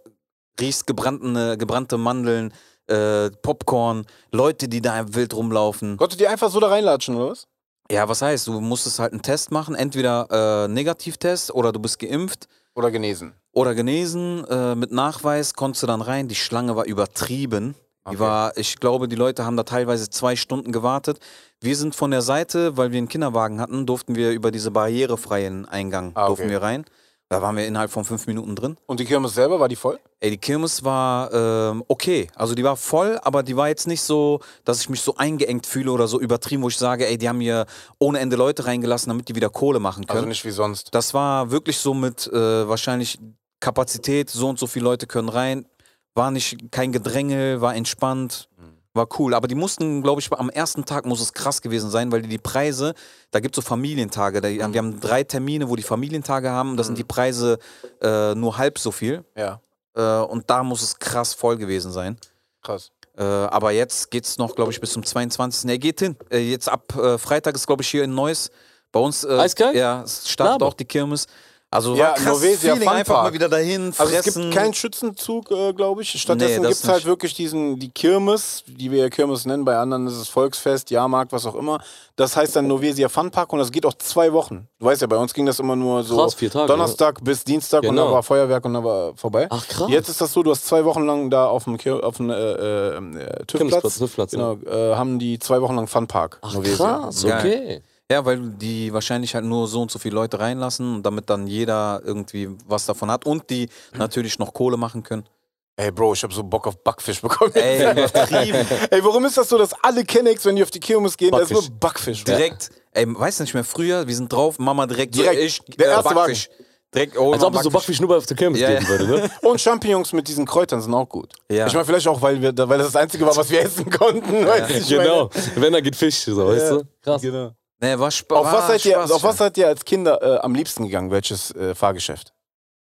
S4: riechst gebrannte, gebrannte Mandeln, äh, Popcorn, Leute, die da wild rumlaufen.
S2: Konntest du die einfach so da reinlatschen, oder was?
S4: Ja, was heißt, du musstest halt einen Test machen, entweder äh, Negativtest oder du bist geimpft
S2: Oder genesen?
S4: oder genesen. Äh, mit Nachweis konntest du dann rein. Die Schlange war übertrieben. Die
S2: Okay.
S4: war, ich glaube, die Leute haben da teilweise zwei Stunden gewartet. Wir sind von der Seite, weil wir einen Kinderwagen hatten, durften wir über diese barrierefreien Eingang
S2: Ah, okay.
S4: durften wir rein. Da waren wir innerhalb von fünf Minuten drin.
S2: Und die Kirmes selber, war die voll?
S4: Ey, die Kirmes war ähm, okay. Also die war voll, aber die war jetzt nicht so, dass ich mich so eingeengt fühle oder so übertrieben, wo ich sage, ey, die haben hier ohne Ende Leute reingelassen, damit die wieder Kohle machen können.
S2: Also nicht wie sonst.
S4: das war wirklich so mit äh, wahrscheinlich Kapazität, so und so viele Leute können rein. War nicht kein Gedränge, war entspannt, war cool. Aber die mussten, glaube ich, am ersten Tag muss es krass gewesen sein, weil die, die Preise, da gibt es so Familientage. Da, Wir haben drei Termine, wo die Familientage haben. Da sind die Preise äh, nur halb so viel.
S2: Ja,
S4: Äh, und da muss es krass voll gewesen sein.
S2: krass.
S4: Äh, aber jetzt geht's noch, glaube ich, bis zum 22. Er geht hin. Äh, jetzt ab äh, Freitag ist, glaube ich, hier in Neuss. Bei uns äh,
S3: Eiskalt?
S4: ja, es startet
S3: Laber.
S4: auch die Kirmes. Also
S2: Ja,
S4: war krass
S2: Novesia
S4: Feeling,
S2: Fun
S4: einfach
S2: Park.
S4: mal wieder dahin,
S2: Also
S4: fressen.
S2: es gibt keinen Schützenzug, äh, glaube ich. Stattdessen
S4: Nee,
S2: gibt's
S4: das
S2: gibt es halt
S4: nicht.
S2: wirklich diesen, die Kirmes, die wir ja Kirmes nennen, bei anderen ist es Volksfest, Jahrmarkt, was auch immer. Das heißt dann Novesia Funpark und das geht auch zwei Wochen. Du weißt ja, bei uns ging das immer nur so
S3: Krass, vier Tage,
S2: Donnerstag bis Dienstag und
S3: Genau.
S2: dann war Feuerwerk und dann war vorbei.
S3: Ach, krass.
S2: Jetzt ist das so, du hast zwei Wochen lang da auf dem, Kir auf dem äh, äh, äh,
S3: Kirmesplatz,
S2: TÜV-Platz,
S3: TÜV-Platz,
S2: genau, äh, haben die zwei Wochen lang Funpark.
S3: Ach,
S2: Novesia.
S3: krass,
S4: Geil.
S3: okay.
S4: Ja, weil die wahrscheinlich halt nur so und so viele Leute reinlassen, und damit dann jeder irgendwie was davon hat und die natürlich noch Kohle machen können.
S2: Ey, Bro, ich habe so Bock auf Backfisch bekommen.
S4: Ey, übertrieben.
S2: Ey, warum ist das so, dass alle Kennex, wenn die auf die Kirmes gehen, da ist
S3: Backfisch.
S2: nur Backfisch.
S4: direkt, ey, weiß nicht mehr, früher, wir sind drauf, Mama direkt, so,
S2: Direkt.
S4: ich, äh,
S2: Der erste
S4: Backfisch. Direkt, oh,
S3: Als ob es so
S4: Backfisch.
S3: Backfisch nur bei auf der Kirmes
S4: Ja,
S3: geben
S4: ja.
S3: würde, ne?
S2: Und Champignons mit diesen Kräutern sind auch gut.
S4: Ja.
S2: Ich meine, vielleicht auch, weil, wir, da- weil das das Einzige war, was wir essen konnten. Weißt du, ich
S3: genau. Wenn, dann geht Fisch, so, weißt du? Krass.
S2: Meine, genau.
S4: Nee, war spa-
S2: Auf, was
S4: war
S2: seid ihr,
S4: Ah, Spaß,
S2: auf
S4: ja.
S2: was seid ihr als Kinder äh, am liebsten gegangen? Welches äh, Fahrgeschäft?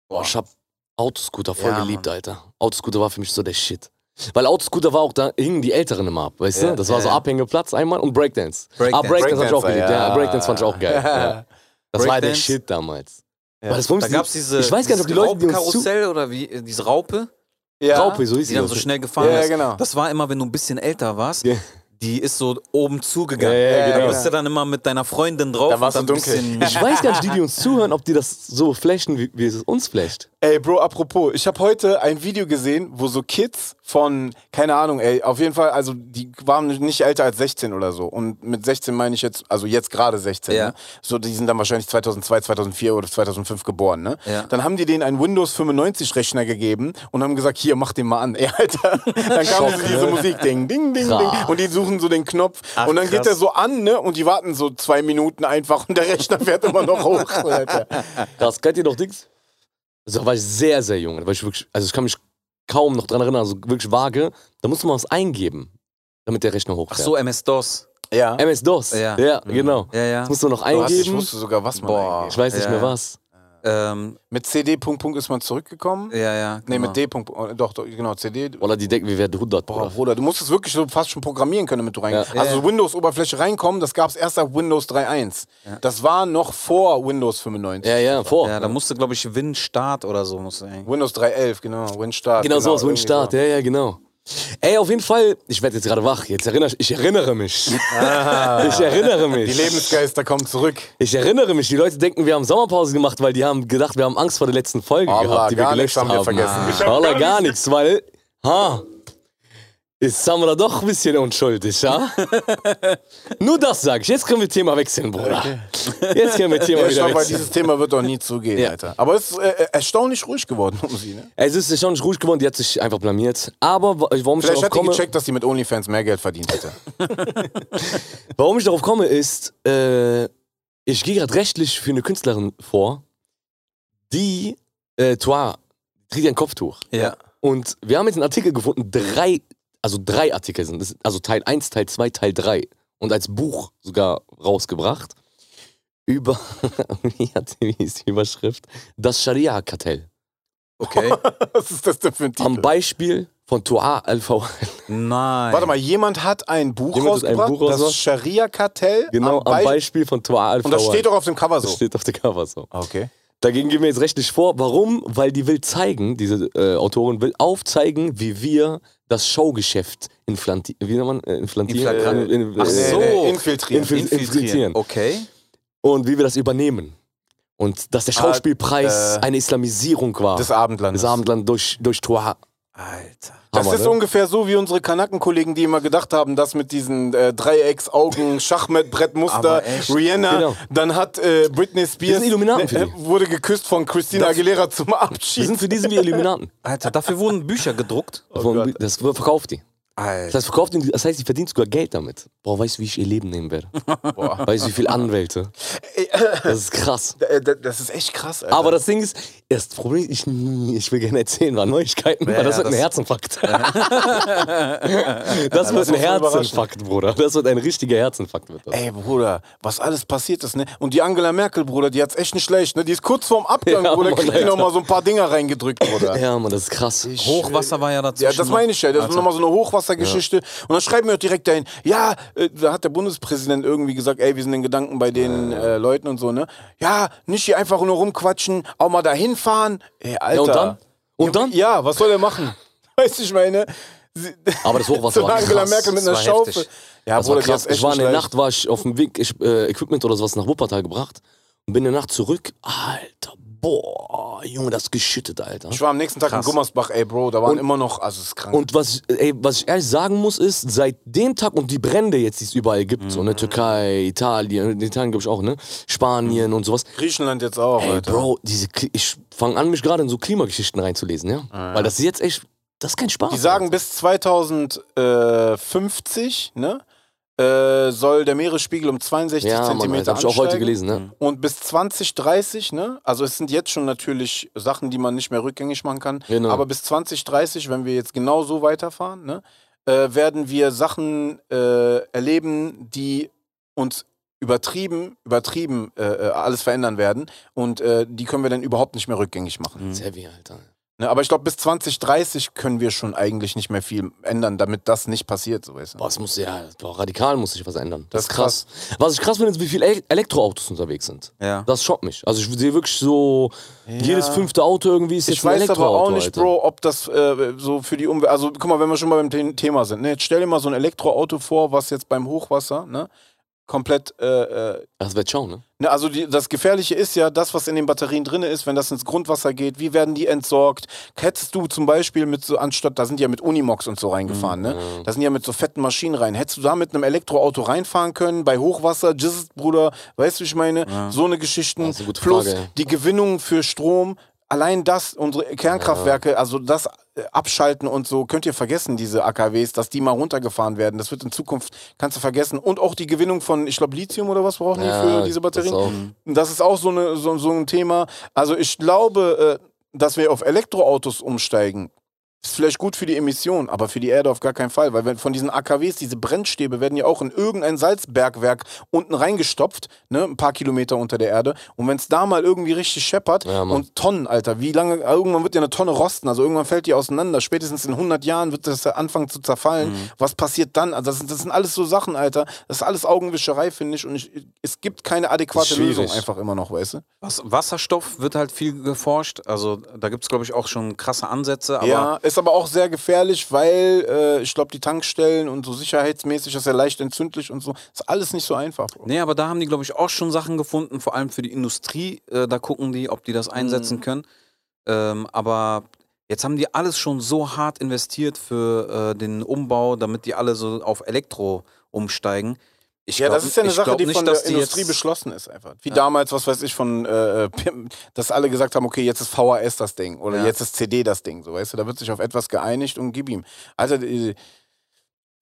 S3: Boah, ich hab Autoscooter voll
S4: Ja,
S3: geliebt, Alter. Autoscooter war für mich so der Shit. Weil Autoscooter war auch, da hingen die Älteren immer ab, weißt du? Das war
S4: ja,
S3: so
S4: ja.
S3: Abhängeplatz einmal und Breakdance.
S4: Breakdance.
S3: Ah, Breakdance hab ich auch
S2: Breakdancer,
S3: geliebt, ja.
S2: ja.
S3: Breakdance fand ich auch geil. Ja. Das war der
S4: Breakdance.
S3: Shit damals.
S2: Ja.
S3: Weil das Problem
S4: Da
S3: ist,
S4: gab es diese,
S3: ich weiß gar nicht, ob die
S4: dieses
S3: Leute, die uns zu...
S4: Raupenkarussell oder wie, äh, diese Raupe,
S2: Ja.
S3: Raupe, so hieß
S4: die
S3: die.
S4: dann
S3: das.
S4: so schnell gefahren
S2: Ja, ja,
S4: ist.
S2: genau.
S4: Das war immer, wenn du ein bisschen älter warst,
S3: Ja.
S4: die ist so oben zugegangen.
S3: Ja, ja,
S4: Da
S3: genau.
S4: bist du dann immer mit deiner Freundin drauf.
S2: Da war's
S4: und
S2: so
S4: dann
S2: dunkel.
S4: ein
S3: Ich weiß gar nicht, die, die uns zuhören, ob die das so flashen, wie, wie es uns flasht.
S2: Ey, Bro, apropos, ich habe heute ein Video gesehen, wo so Kids von, keine Ahnung, ey, auf jeden Fall, also die waren nicht älter als 16 oder so. Und mit 16 meine ich jetzt, also jetzt gerade 16,
S4: Ja.
S2: ne? So, die sind dann wahrscheinlich 2002, 2004 oder 2005 geboren, ne?
S4: Ja.
S2: Dann haben die denen einen Windows 95-Rechner gegeben und haben gesagt, hier, mach den mal an. Ey, Alter. Dann kam diese, diese Musik, ding, ding, ding, ding.
S3: Krass.
S2: Und die suchen so den Knopf. und dann geht der so an, ne? Und die warten so zwei Minuten einfach und der Rechner fährt immer noch hoch. Alter.
S3: Krass, kennt ihr noch Dings? Also, da war ich sehr, sehr jung. Da war ich wirklich, also ich kann mich kaum noch dran erinnern, also wirklich vage. Da musste man was eingeben, damit der Rechner hochfährt.
S4: Ach so, MS-DOS.
S2: Ja.
S3: MS-DOS.
S4: Ja. Mhm.
S3: genau.
S4: Ja, ja.
S3: Das musst du noch
S2: Du hast, ich
S3: eingeben.
S2: wusste sogar, was man
S4: Boah.
S2: eingeht.
S3: Ich weiß nicht
S4: Ja.
S3: mehr was.
S4: Ähm,
S2: Mit CD Punkt Punkt ist man zurückgekommen.
S4: ja, ja.
S2: Nee,
S4: genau.
S2: mit D Punkt Punkt. Doch, doch, genau, CD.
S3: Oder die denken, wir werden 100,
S2: Boah,
S3: Bruder.
S2: Bruder, du musst es wirklich so fast schon programmieren können, damit du reingehst.
S3: Ja.
S2: Also Windows-Oberfläche reinkommen, das gab es erst ab Windows 3.1. Das war noch vor Windows 95.
S3: Ja, ja, vor.
S2: ne?
S4: Ja, da musste, glaube ich, Win-Start oder so. Musste eigentlich.
S2: Windows 3.11, genau, Win-Start.
S3: Genau, so, so ein
S2: irgendwie
S3: Start, ja, ja, genau. Ey, auf jeden Fall, ich werde jetzt gerade wach. Jetzt erinnere ich, ich erinnere mich. ich erinnere mich.
S2: Die Lebensgeister kommen zurück.
S3: ich erinnere mich. Die Leute denken, wir haben Sommerpause gemacht, weil die haben gedacht, wir haben Angst vor der letzten Folge
S2: Allah,
S3: gehabt, die
S2: gar
S3: wir gelöscht
S2: nichts haben wir vergessen.
S5: Ich hab
S3: Allah,
S5: gar
S3: gar nichts, weil, ha, ist Samra doch ein bisschen unschuldig, ha? Nur das sag ich. Jetzt können wir Thema wechseln, Bruder. Jetzt können wir Thema
S2: Ja, ich
S3: wieder
S2: glaube,
S3: wechseln.
S2: dieses Thema wird doch nie zugehen,
S3: Ja.
S2: Alter. Aber es ist äh, erstaunlich ruhig geworden um sie, ne?
S3: Es ist schon nicht ruhig geworden, die hat sich einfach blamiert. Aber wa- warum
S2: Vielleicht
S3: ich darauf
S2: hat die
S3: komme...
S2: gecheckt, dass die mit OnlyFans mehr Geld verdient hätte.
S3: Warum ich darauf komme, ist, äh, ich gehe gerade rechtlich für eine Künstlerin vor, die, äh, Toa, trägt ja ein Kopftuch.
S4: Ja.
S3: Und wir haben jetzt einen Artikel gefunden, drei, also drei Artikel sind, es. also Teil 1, Teil 2, Teil 3 und als Buch sogar rausgebracht, über, wie hat- wie ist die Überschrift? Das Scharia-Kartell.
S4: Okay.
S2: Was ist das denn für ein Titel?
S3: Am Beispiel von Toa Al-Fawad.
S4: Nein.
S2: Warte mal, jemand hat ein Buch
S3: Jemand hat ein
S2: rausgebracht,
S3: Buch rausgebracht.
S2: das Scharia-Kartell.
S3: Genau, am,
S2: Beis-
S3: Beispiel von Toa Al-Fawad.
S2: Und das steht doch auf dem Cover so. Ah,
S3: Das steht auf der Cover so.
S2: Okay.
S3: Dagegen gehen wir jetzt rechtlich vor. Warum? Weil die will zeigen, diese äh, Autorin will aufzeigen, wie wir das Showgeschäft inflanti wie nennt man, äh, inflantieren,
S4: Inflagran-
S3: in, in,
S4: Ach so.
S2: Äh, infiltriert.
S3: Infil- infiltrieren.
S4: Okay.
S3: Und wie wir das übernehmen. Und dass der Schauspielpreis
S2: äh,
S3: eine Islamisierung war.
S2: des Abendlandes.
S3: Des Abendland durch, durch Toa.
S4: Alter.
S2: das
S3: Hammer,
S2: ist
S3: ne?
S2: ungefähr so wie unsere Kanakenkollegen, die immer gedacht haben, dass mit diesen äh, Dreiecksaugen, Schachmatt, Brettmuster,
S4: Aber echt.
S2: Rihanna,
S3: Genau.
S2: dann hat äh, Britney Spears äh,
S3: sind Illuminaten für die.
S2: wurde geküsst von Christina Aguilera zum
S3: Wir
S2: Abschied.
S3: sind für diesen wie Illuminaten.
S4: Alter, dafür wurden Bücher gedruckt.
S3: Von- das verkauft die. Das
S4: Alter.
S3: heißt, verkauft die, das heißt, die verdient sogar Geld damit. Boah, weißt du, wie ich ihr Leben nehmen werde? Boah. Weißt du, wie viele Anwälte? Das ist krass.
S2: Äh, d- Das ist echt krass, Alter.
S3: Aber das Ding ist, das Problem, ich, ich will gerne erzählen, war Neuigkeiten, weil das
S4: ja,
S3: wird ein
S4: das-
S3: Herzinfarkt. das wird ein
S2: uns überraschen.
S3: Herzinfarkt, Bruder. Das wird ein richtiger Herzinfarkt. Wird das.
S2: Ey, Bruder, was alles passiert ist, ne? Und die Angela Merkel, Bruder, die hat's echt nicht schlecht, ne? Die ist kurz vorm Abgang,
S3: Ja,
S2: Bruder,
S3: Mann,
S2: kriegt die
S3: Alter.
S2: nochmal so ein paar Dinger reingedrückt, Bruder.
S3: Ja, Mann, das ist krass.
S4: Hochwasser war ja dazu.
S2: Ja, das meine ich ja. Das ist nochmal so eine Hochwassergeschichte. Und dann schreiben wir auch direkt dahin, ja, äh, da hat der Bundespräsident irgendwie gesagt, ey, wir sind in Gedanken bei den äh, Leuten und so, ne? Ja, nicht hier einfach nur rumquatschen, auch mal dahin fahren. Ey, Alter.
S3: ja, und dann? Und dann?
S2: Ja, was soll er machen? Weißt du, ich meine. sie-
S3: Aber das Hochwasser
S2: so
S3: war
S2: Angela
S3: krass.
S2: Merkel mit
S4: Das
S2: einer
S4: war
S2: Schaufel.
S4: heftig.
S2: Ja,
S3: Das war
S2: Bruder, die
S3: krass.
S2: hat's echt
S3: Ich war in
S2: nicht
S3: der
S2: leicht.
S3: Nacht, war ich auf dem Weg, ich, äh, Equipment oder sowas nach Wuppertal gebracht und bin in der Nacht zurück. Alter, boah, Junge, das ist geschüttet, Alter.
S2: Ich war am nächsten Tag in Gummersbach, ey, Bro, da waren
S3: Und-
S2: immer noch, also es ist krank.
S3: Und was, ich- ey, was ich ehrlich sagen muss, ist, seit dem Tag und die Brände jetzt, die es überall gibt, so
S2: Mhm.
S3: ne, Türkei, Italien, in Italien glaube ich auch, ne, Spanien
S2: Mhm.
S3: und sowas.
S2: Griechenland jetzt auch,
S3: Ey,
S2: Alter.
S3: Bro, diese, Kli- ich fange an, mich gerade in so Klimageschichten reinzulesen, ja, weil das ist jetzt echt, das ist kein Spaß.
S2: Ah, Die sagen, bis 2050 ne, äh, soll der Meeresspiegel um 62
S3: ja, Mann,
S2: Zentimeter Mhm.
S3: das habe ich auch heute
S2: ansteigen.
S3: gelesen, ne.
S2: Und bis 2030, ne? Also es sind jetzt schon natürlich Sachen, die man nicht mehr rückgängig machen kann.
S3: Genau.
S2: Aber bis 2030, wenn wir jetzt genau so weiterfahren, ne, äh, werden wir Sachen äh, erleben, die uns übertrieben, übertrieben äh, äh, alles verändern werden. Und äh, die können wir dann überhaupt nicht mehr rückgängig machen.
S3: Das ist heavy, Alter.
S2: Ne, aber ich glaube, bis 2030 können wir schon eigentlich nicht mehr viel ändern, damit das nicht passiert, so weißt du.
S3: Boah, es muss, ja, boah, radikal muss sich was ändern. Das,
S2: Das
S3: ist krass. Was ich krass finde, ist, wie viele El- Elektroautos unterwegs sind.
S4: Ja.
S3: Das schockt mich. Also ich sehe wirklich so, jedes fünfte Auto irgendwie ist jetzt
S2: Ich
S3: ein
S2: weiß aber
S3: Elektroauto.
S2: auch nicht,
S3: Alter.
S2: Bro, ob das äh, so für die Umwelt. Also, guck mal, wenn wir schon mal beim The- Thema sind, ne? Jetzt stell dir mal so ein Elektroauto vor, was jetzt beim Hochwasser, ne? komplett äh, äh,
S3: Das wird Ciao, ne?
S2: Ne, also die, das Gefährliche ist ja, das, was in den Batterien drin ist, wenn das ins Grundwasser geht, wie werden die entsorgt? Hättest du zum Beispiel mit so, anstatt, da sind die ja mit Unimox und so reingefahren, ne?
S3: Mhm.
S2: Da sind die ja mit so fetten Maschinen rein. Hättest du da mit einem Elektroauto reinfahren können, bei Hochwasser, Jizzes, Bruder, weißt du, wie ich meine? So eine Geschichten.
S3: Das ist eine gute
S2: Plus
S3: Frage.
S2: die Gewinnung für Strom. Allein das, unsere Kernkraftwerke, also das äh, Abschalten und so, könnt ihr vergessen, diese AKWs, dass die mal runtergefahren werden. Das wird in Zukunft, kannst du vergessen. Und auch die Gewinnung von, ich glaube, Lithium oder was brauchen die für diese Batterien?
S3: Das auch.
S2: Das ist auch so, eine, so, so ein Thema. Also ich glaube, äh, dass wir auf Elektroautos umsteigen. Ist vielleicht gut für die Emissionen, aber für die Erde auf gar keinen Fall, weil wenn von diesen AKWs, diese Brennstäbe werden ja auch in irgendein Salzbergwerk unten reingestopft, ne, ein paar Kilometer unter der Erde. Und wenn es da mal irgendwie richtig scheppert
S3: Ja, Mann.
S2: und Tonnen, Alter, wie lange, irgendwann wird ja eine Tonne rosten, also irgendwann fällt die auseinander. Spätestens in 100 Jahren wird das ja anfangen zu zerfallen.
S3: Mhm.
S2: Was passiert dann? Also das, sind- das sind alles so Sachen, Alter. Das ist alles Augenwischerei, finde ich. Und ich, es gibt keine adäquate
S3: schwierig.
S2: Lösung einfach immer noch, weißt du?
S4: Was, Wasserstoff wird halt viel geforscht. Also da gibt es, glaube ich, auch schon krasse Ansätze. Aber
S2: ja, ist aber auch sehr gefährlich, weil äh, ich glaube, die Tankstellen und so sicherheitsmäßig ist ja leicht entzündlich und so. Ist alles nicht so einfach. Bro.
S4: Nee, aber da haben die, glaube ich, auch schon Sachen gefunden, vor allem für die Industrie. Äh, da gucken die, ob die
S2: Mhm.
S4: das einsetzen können. Ähm, aber jetzt haben die alles schon so hart investiert für äh, den Umbau, damit die alle so auf Elektro umsteigen. Ich
S2: Ja,
S4: glaub-
S2: das ist ja eine
S4: ich
S2: Sache,
S4: glaub
S2: die
S4: nicht,
S2: von der
S4: dass die
S2: Industrie
S4: jetzt-
S2: beschlossen ist einfach. Wie damals, was weiß ich, von äh, Pim- dass alle gesagt haben, okay, jetzt ist VHS das Ding oder
S4: Ja.
S2: jetzt ist CD das Ding, so weißt du, da wird sich auf etwas geeinigt und gib ihm. Also äh,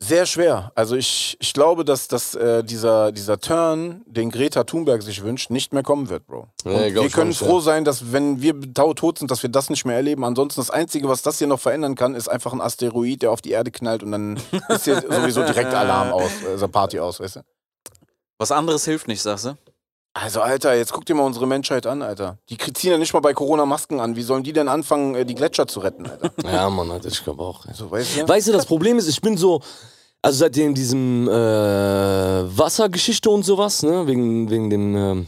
S2: sehr schwer. Also ich, ich glaube, dass, dass äh, dieser, dieser Turn, den Greta Thunberg sich wünscht, nicht mehr kommen wird, Bro.
S3: Ja,
S2: Und
S3: glaub ich
S2: wir
S3: auch
S2: können
S3: nicht,
S2: froh sein, dass wenn wir tau- tot sind, dass wir das nicht mehr erleben. Ansonsten das Einzige, was das hier noch verändern kann, ist einfach ein Asteroid, der auf die Erde knallt und dann ist hier sowieso direkt Alarm aus, also Party aus, weißt du?
S4: Was anderes hilft nicht, sagst du?
S2: Also, Alter, jetzt guck dir mal unsere Menschheit an, Alter. Die k- ziehen ja nicht mal bei Corona Masken an. Wie sollen die denn anfangen, äh, die Gletscher zu retten, Alter?
S3: Ja, Mann, Alter, ich glaube auch.
S2: So, weißt du?
S3: Weißt du, das Problem ist, ich bin so, also seitdem diesem äh, Wassergeschichte und sowas, ne, wegen, wegen dem ähm,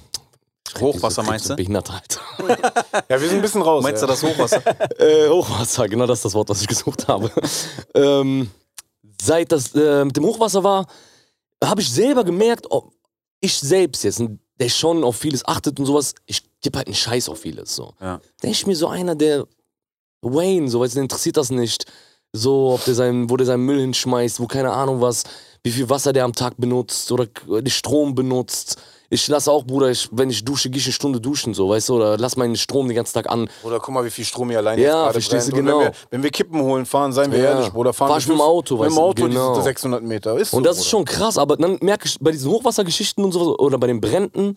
S4: Hochwasser
S3: diese-
S4: meinst du?
S3: Behinderte, Alter.
S2: Ja, wir sind ein bisschen raus.
S4: Meinst du
S2: ja.
S4: das Hochwasser?
S3: Äh, Hochwasser, genau das ist das Wort, was ich gesucht habe. ähm, seit das äh, mit dem Hochwasser war, habe ich selber gemerkt, ob ich selbst jetzt, der schon auf vieles achtet und sowas, ich gebe halt einen Scheiß auf vieles. So.
S4: Ja.
S3: Der ist mir so einer, der Wayne, so, weißt du, den interessiert das nicht. So, ob der seinen, wo der seinen Müll hinschmeißt, wo keine Ahnung was, wie viel Wasser der am Tag benutzt oder k- äh, den Strom benutzt. Ich lasse auch, Bruder, ich, wenn ich dusche, gehe ich eine Stunde duschen, so, weißt du, oder lass meinen Strom den ganzen Tag an.
S2: Bruder, guck mal, wie viel Strom hier alleine
S3: Ja,
S2: jetzt gerade
S3: verstehst du,
S2: brennt. Und
S3: genau.
S2: Wenn wir, wenn wir Kippen holen, fahren, seien wir
S3: Ja.
S2: ehrlich, Bruder. Fahren
S3: Fahrst
S2: wir
S3: mit dem Auto,
S2: mit
S3: weißt
S2: dem
S3: du,
S2: Auto
S3: genau.
S2: diese 600 Meter. Ist
S3: Und
S2: so,
S3: das ist schon krass, aber dann merke ich bei diesen Hochwassergeschichten und sowas oder bei den Bränden,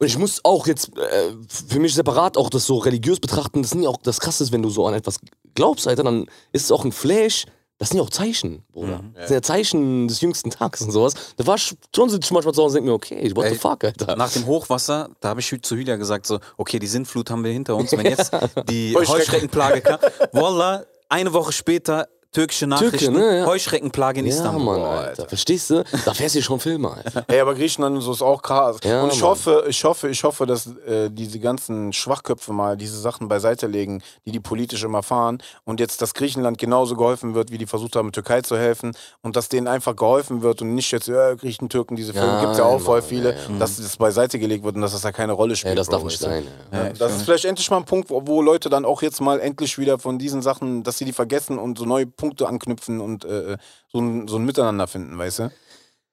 S3: und ich muss auch jetzt äh, für mich separat auch das so religiös betrachten, das sind ja auch das Krasse ist, wenn du so an etwas glaubst, Alter, dann ist es auch ein Flash, das sind ja auch Zeichen, Bruder. Das sind ja Zeichen des jüngsten Tages und sowas. Da war ich, schon sitze ich manchmal zu Hause und denke mir, okay, what the
S4: Ey,
S3: fuck, Alter.
S4: Nach dem Hochwasser, da habe ich zu Hülya gesagt, so, okay, die Sintflut haben wir hinter uns. Wenn jetzt die
S2: Heuschrecken.
S4: Heuschreckenplage kam, Wallah, eine Woche später türkische Nachrichten,
S3: ne, ja.
S4: Heuschreckenplage in
S3: ja,
S4: Istanbul.
S3: Mann,
S2: Boah,
S3: Alter.
S2: Alter.
S3: Verstehst du? Da fährst du schon Filme, Alter.
S2: Ey, aber Griechenland und so ist auch krass.
S3: Ja,
S2: und ich
S3: Mann.
S2: hoffe, ich hoffe, ich hoffe, dass äh, diese ganzen Schwachköpfe mal diese Sachen beiseite legen, die die politisch immer fahren und jetzt, dass Griechenland genauso geholfen wird, wie die versucht haben, Türkei zu helfen und dass denen einfach geholfen wird und nicht jetzt, äh, Griechen, Türken, diese Filme
S3: Ja,
S2: gibt's ja auch
S3: Mann,
S2: voll
S3: ja,
S2: viele, dass das beiseite gelegt wird und dass das da keine Rolle spielt.
S3: Ey, das
S2: Bro,
S3: darf nicht
S2: weißt du?
S3: sein. Ja.
S2: Ja, das ist vielleicht endlich mal ein Punkt, wo, wo Leute dann auch jetzt mal endlich wieder von diesen Sachen, dass sie die vergessen und so neue Punkte anknüpfen und äh, so, ein, so ein Miteinander finden, weißt du?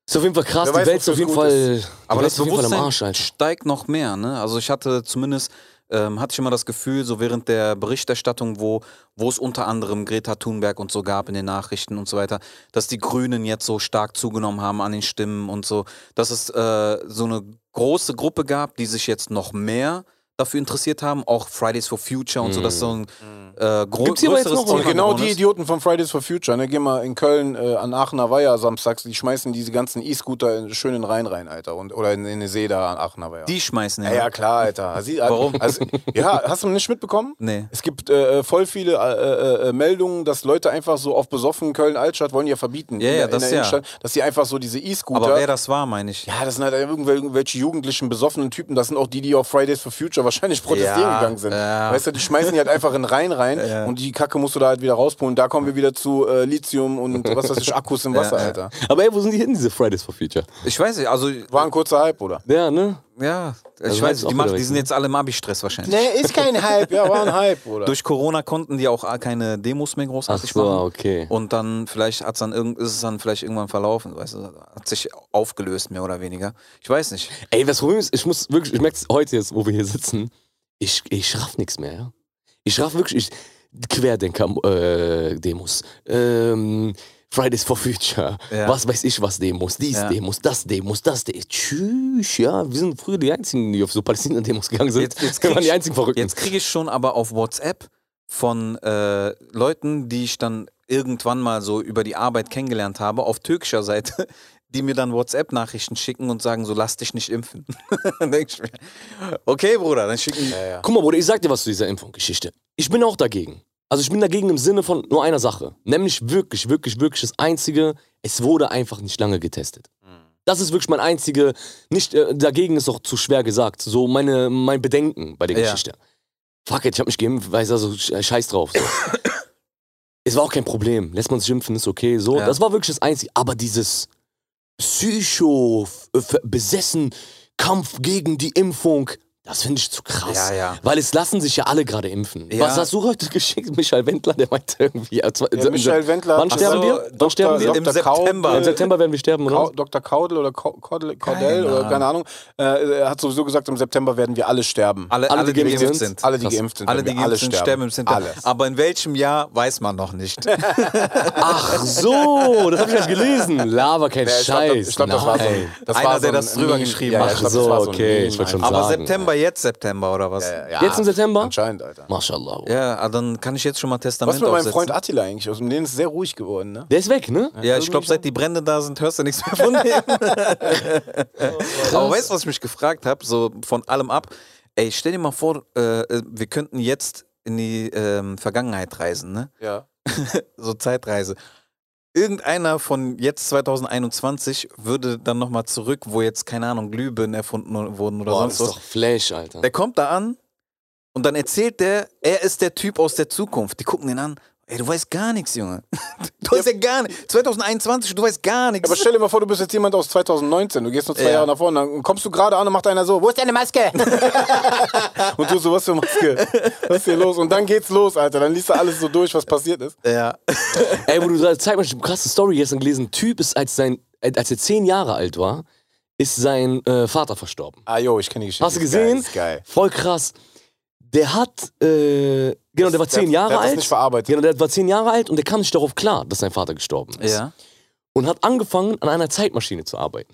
S3: Ist auf jeden Fall krass,
S2: Wer
S3: die
S2: weiß,
S3: Welt ist auf
S2: wofür
S3: jeden
S2: gut
S3: Fall, die
S4: Aber
S3: Welt
S4: das
S3: ist auf jeden Fall
S4: Bewusstsein
S3: am Arsch, Alter.
S4: steigt noch mehr. Ne? Also ich hatte zumindest, ähm, hatte ich immer das Gefühl, so während der Berichterstattung, wo, wo es unter anderem Greta Thunberg und so gab in den Nachrichten und so weiter, dass die Grünen jetzt so stark zugenommen haben an den Stimmen und so, dass es äh, so eine große Gruppe gab, die sich jetzt noch mehr dafür interessiert haben, auch Fridays for Future und so, dass so ein äh, gro
S3: Gibt's hier aber jetzt noch
S4: größeres Thema
S2: Und Mhm. genau
S4: geworden
S2: die
S4: ist.
S2: Idioten von Fridays for Future, ne? Geh mal in Köln äh, an Aachener Weiher samstags, die schmeißen diese ganzen E-Scooter in, schön in den Rhein rein, Alter. Und, oder in, in den See da an Aachener Weiher.
S4: Die schmeißen ne?
S2: ja, ja, klar, Alter. Sie,
S4: Warum?
S2: Also, ja, hast du nicht mitbekommen?
S4: Nee.
S2: Es gibt äh, äh, voll viele äh, äh, äh, Meldungen, dass Leute einfach so auf besoffen Köln-Altstadt wollen ja verbieten.
S4: Ja,
S2: in der-
S4: ja,
S2: in
S4: das
S2: der
S4: ja.
S2: Innenstadt, Dass sie einfach so diese
S4: Aber wer
S2: E-Scooter.
S4: das war, meine ich.
S2: Ja, das sind halt irgendwelche, irgendwelche jugendlichen, besoffenen Typen. Das sind auch die, die auf Fridays for Future wahrscheinlich protestieren
S4: Ja,
S2: gegangen sind.
S4: ja.
S2: Weißt du, die schmeißen die halt einfach in Rhein rein und die Kacke musst du da halt wieder rauspulen. Da kommen wir wieder zu äh, Lithium und was weiß ich, Akkus im Wasser, Alter.
S3: Aber ey, wo sind die hin, diese Fridays for Future?
S4: Ich weiß nicht, also,
S2: War ein kurzer Hype, oder?
S3: Ja, ne?
S4: ja, ich
S3: Also weiß
S4: weiß
S3: ich auch
S4: nicht, die, machen,
S3: wieder
S4: die
S3: weg,
S4: sind
S3: ne?
S4: jetzt alle im Abi-Stress wahrscheinlich.
S2: Nee, ist kein Hype, ja, war ein Hype, oder?
S4: Durch Corona konnten die auch keine Demos mehr großartig
S3: Ach so,
S4: machen.
S3: okay.
S4: Und dann vielleicht hat's dann irgend, ist es dann vielleicht irgendwann verlaufen, weißt du, hat sich aufgelöst mehr oder weniger. Ich weiß nicht.
S3: Ey, das Problem ist, ich muss wirklich, ich merke es heute jetzt, wo wir hier sitzen, ich, ich raff nichts mehr, ja. Ich raff wirklich, ich, Querdenker-Demos, ähm, Fridays for Future,
S4: Ja.
S3: was weiß ich was Demos, dies
S4: Ja.
S3: Demos, das Demos, das Demos. Tschüss, ja, wir sind früher die Einzigen, die auf so Palästina-Demos gegangen sind.
S4: Jetzt- jetzt
S3: wir waren
S4: kriegst-
S3: die Einzigen Verrückten.
S4: Jetzt kriege ich schon aber auf WhatsApp von äh, Leuten, die ich dann irgendwann mal so über die Arbeit kennengelernt habe, auf türkischer Seite, die mir dann WhatsApp-Nachrichten schicken und sagen, so lass dich nicht impfen. Dann denk ich mir, okay, Bruder, dann schicken die.
S3: Guck mal, Bruder, ich sag dir was zu dieser Impfungsgeschichte. Ich bin auch dagegen. Also ich bin dagegen im Sinne von nur einer Sache. Nämlich wirklich, wirklich, wirklich das Einzige, es wurde einfach nicht lange getestet. Das ist wirklich mein einzige, nicht, äh, dagegen ist auch zu schwer gesagt, so meine, mein Bedenken bei der
S4: Ja.
S3: Geschichte. Fuck it, ich hab mich geimpft, weiß also, sch- scheiß drauf. So. es war auch kein Problem, lässt man sich impfen, ist okay, so.
S4: Ja.
S3: Das war wirklich das Einzige, aber dieses psycho äh, ver- besessen Kampf gegen die Impfung, das finde ich zu krass.
S4: Ja, ja.
S3: Weil es lassen sich ja alle gerade impfen.
S4: Ja.
S3: Was hast du heute geschickt, Michael Wendler, der meinte irgendwie... Ja, zwei-
S2: Ja, Michael Wendler. äh,
S3: Wann
S2: Ach
S3: sterben
S4: so,
S3: wir? Wann
S2: Dr.
S3: sterben wir?
S2: Dr.
S4: Im September.
S2: Kaul-
S3: Im September werden wir sterben, oder?
S2: Kau- Dr. Kaudel oder Kau- Kaudel, Kaudel
S4: Keine
S2: oder keine Ahnung, äh, er hat sowieso gesagt, im September werden wir alle sterben.
S4: Alle, alle, die
S3: geimpft
S4: geimpft
S3: sind.
S4: sind.
S2: alle die
S3: krass.
S2: geimpft sind,
S4: Alle, die
S2: werden wir
S4: geimpft sind, sterben im Center.
S2: Alles.
S4: Aber in welchem Jahr, weiß man noch nicht.
S3: Ach so, das habe ich halt gelesen. Lava kein
S2: Ja, ich glaub,
S3: Scheiß.
S2: das- ich glaub, das war so
S3: Nein.
S2: ein, das
S4: Einer,
S2: war so
S4: der
S2: ein
S4: das drüber
S2: Meme.
S4: geschrieben
S2: ja,
S4: hat.
S2: ja, ich glaub, das
S3: Ach so,
S2: war so ein
S3: okay,
S2: Meme
S3: ich wollt schon
S2: einfach.
S4: Aber
S3: sagen,
S4: September, jetzt September oder was? Ja,
S2: Ja,
S3: Jetzt im September?
S2: Anscheinend, Alter.
S3: Mashallah.
S4: ah, dann kann ich jetzt schon mal
S2: Was
S4: Testament
S2: ist mit meinem
S4: aufsetzen.
S2: Freund Attila eigentlich? Aus dem Leben ist sehr ruhig geworden, ne?
S3: Der ist weg, ne?
S4: Ja, ich glaube, seit die Brände da sind, hörst du nichts mehr von dem. Aber weißt du, was ich mich gefragt habe, so von allem ab? Ey, stell dir mal vor, äh, äh, wir könnten jetzt in die ähm, Vergangenheit reisen, ne?
S2: Ja.
S4: So Zeitreise. Irgendeiner von jetzt 2021 würde dann nochmal zurück, wo jetzt, keine Ahnung, Glühbirnen erfunden wurden oder
S3: Boah, das
S4: sonst
S3: ist
S4: was.
S3: doch Flash, Alter.
S4: Der kommt da an und dann erzählt der, er ist der Typ aus der Zukunft. Die gucken ihn an. Ey, du weißt gar nichts, Junge. Du weißt ja gar nichts. 2021, du weißt gar nichts.
S2: Aber stell dir mal vor, du bist jetzt jemand aus 2019. Du gehst nur zwei
S4: Ja.
S2: Jahre nach vorne, dann kommst du gerade an und macht einer so, wo ist deine Maske? und du so, was für Maske? Was ist hier los? Und dann geht's los, Alter. Dann liest du alles so durch, was passiert ist.
S4: Ja.
S3: Ey, wo du sagst, zeig mal, ich hab eine krasse Story gestern gelesen. Ein Typ ist, als, sein, als er zehn Jahre alt war, ist sein äh, Vater verstorben.
S2: Ah, jo, ich kenne die Geschichte.
S3: Hast du
S2: Ist geil,
S3: gesehen?
S2: Ist geil.
S3: Voll krass. Der hat, äh, genau, der war zehn
S2: der hat
S3: Jahre
S2: das
S3: alt.
S2: nicht verarbeitet.
S3: Genau, der war zehn Jahre alt und der kam nicht darauf klar, dass sein Vater gestorben ist.
S4: Ja.
S3: Und hat angefangen, an einer Zeitmaschine zu arbeiten.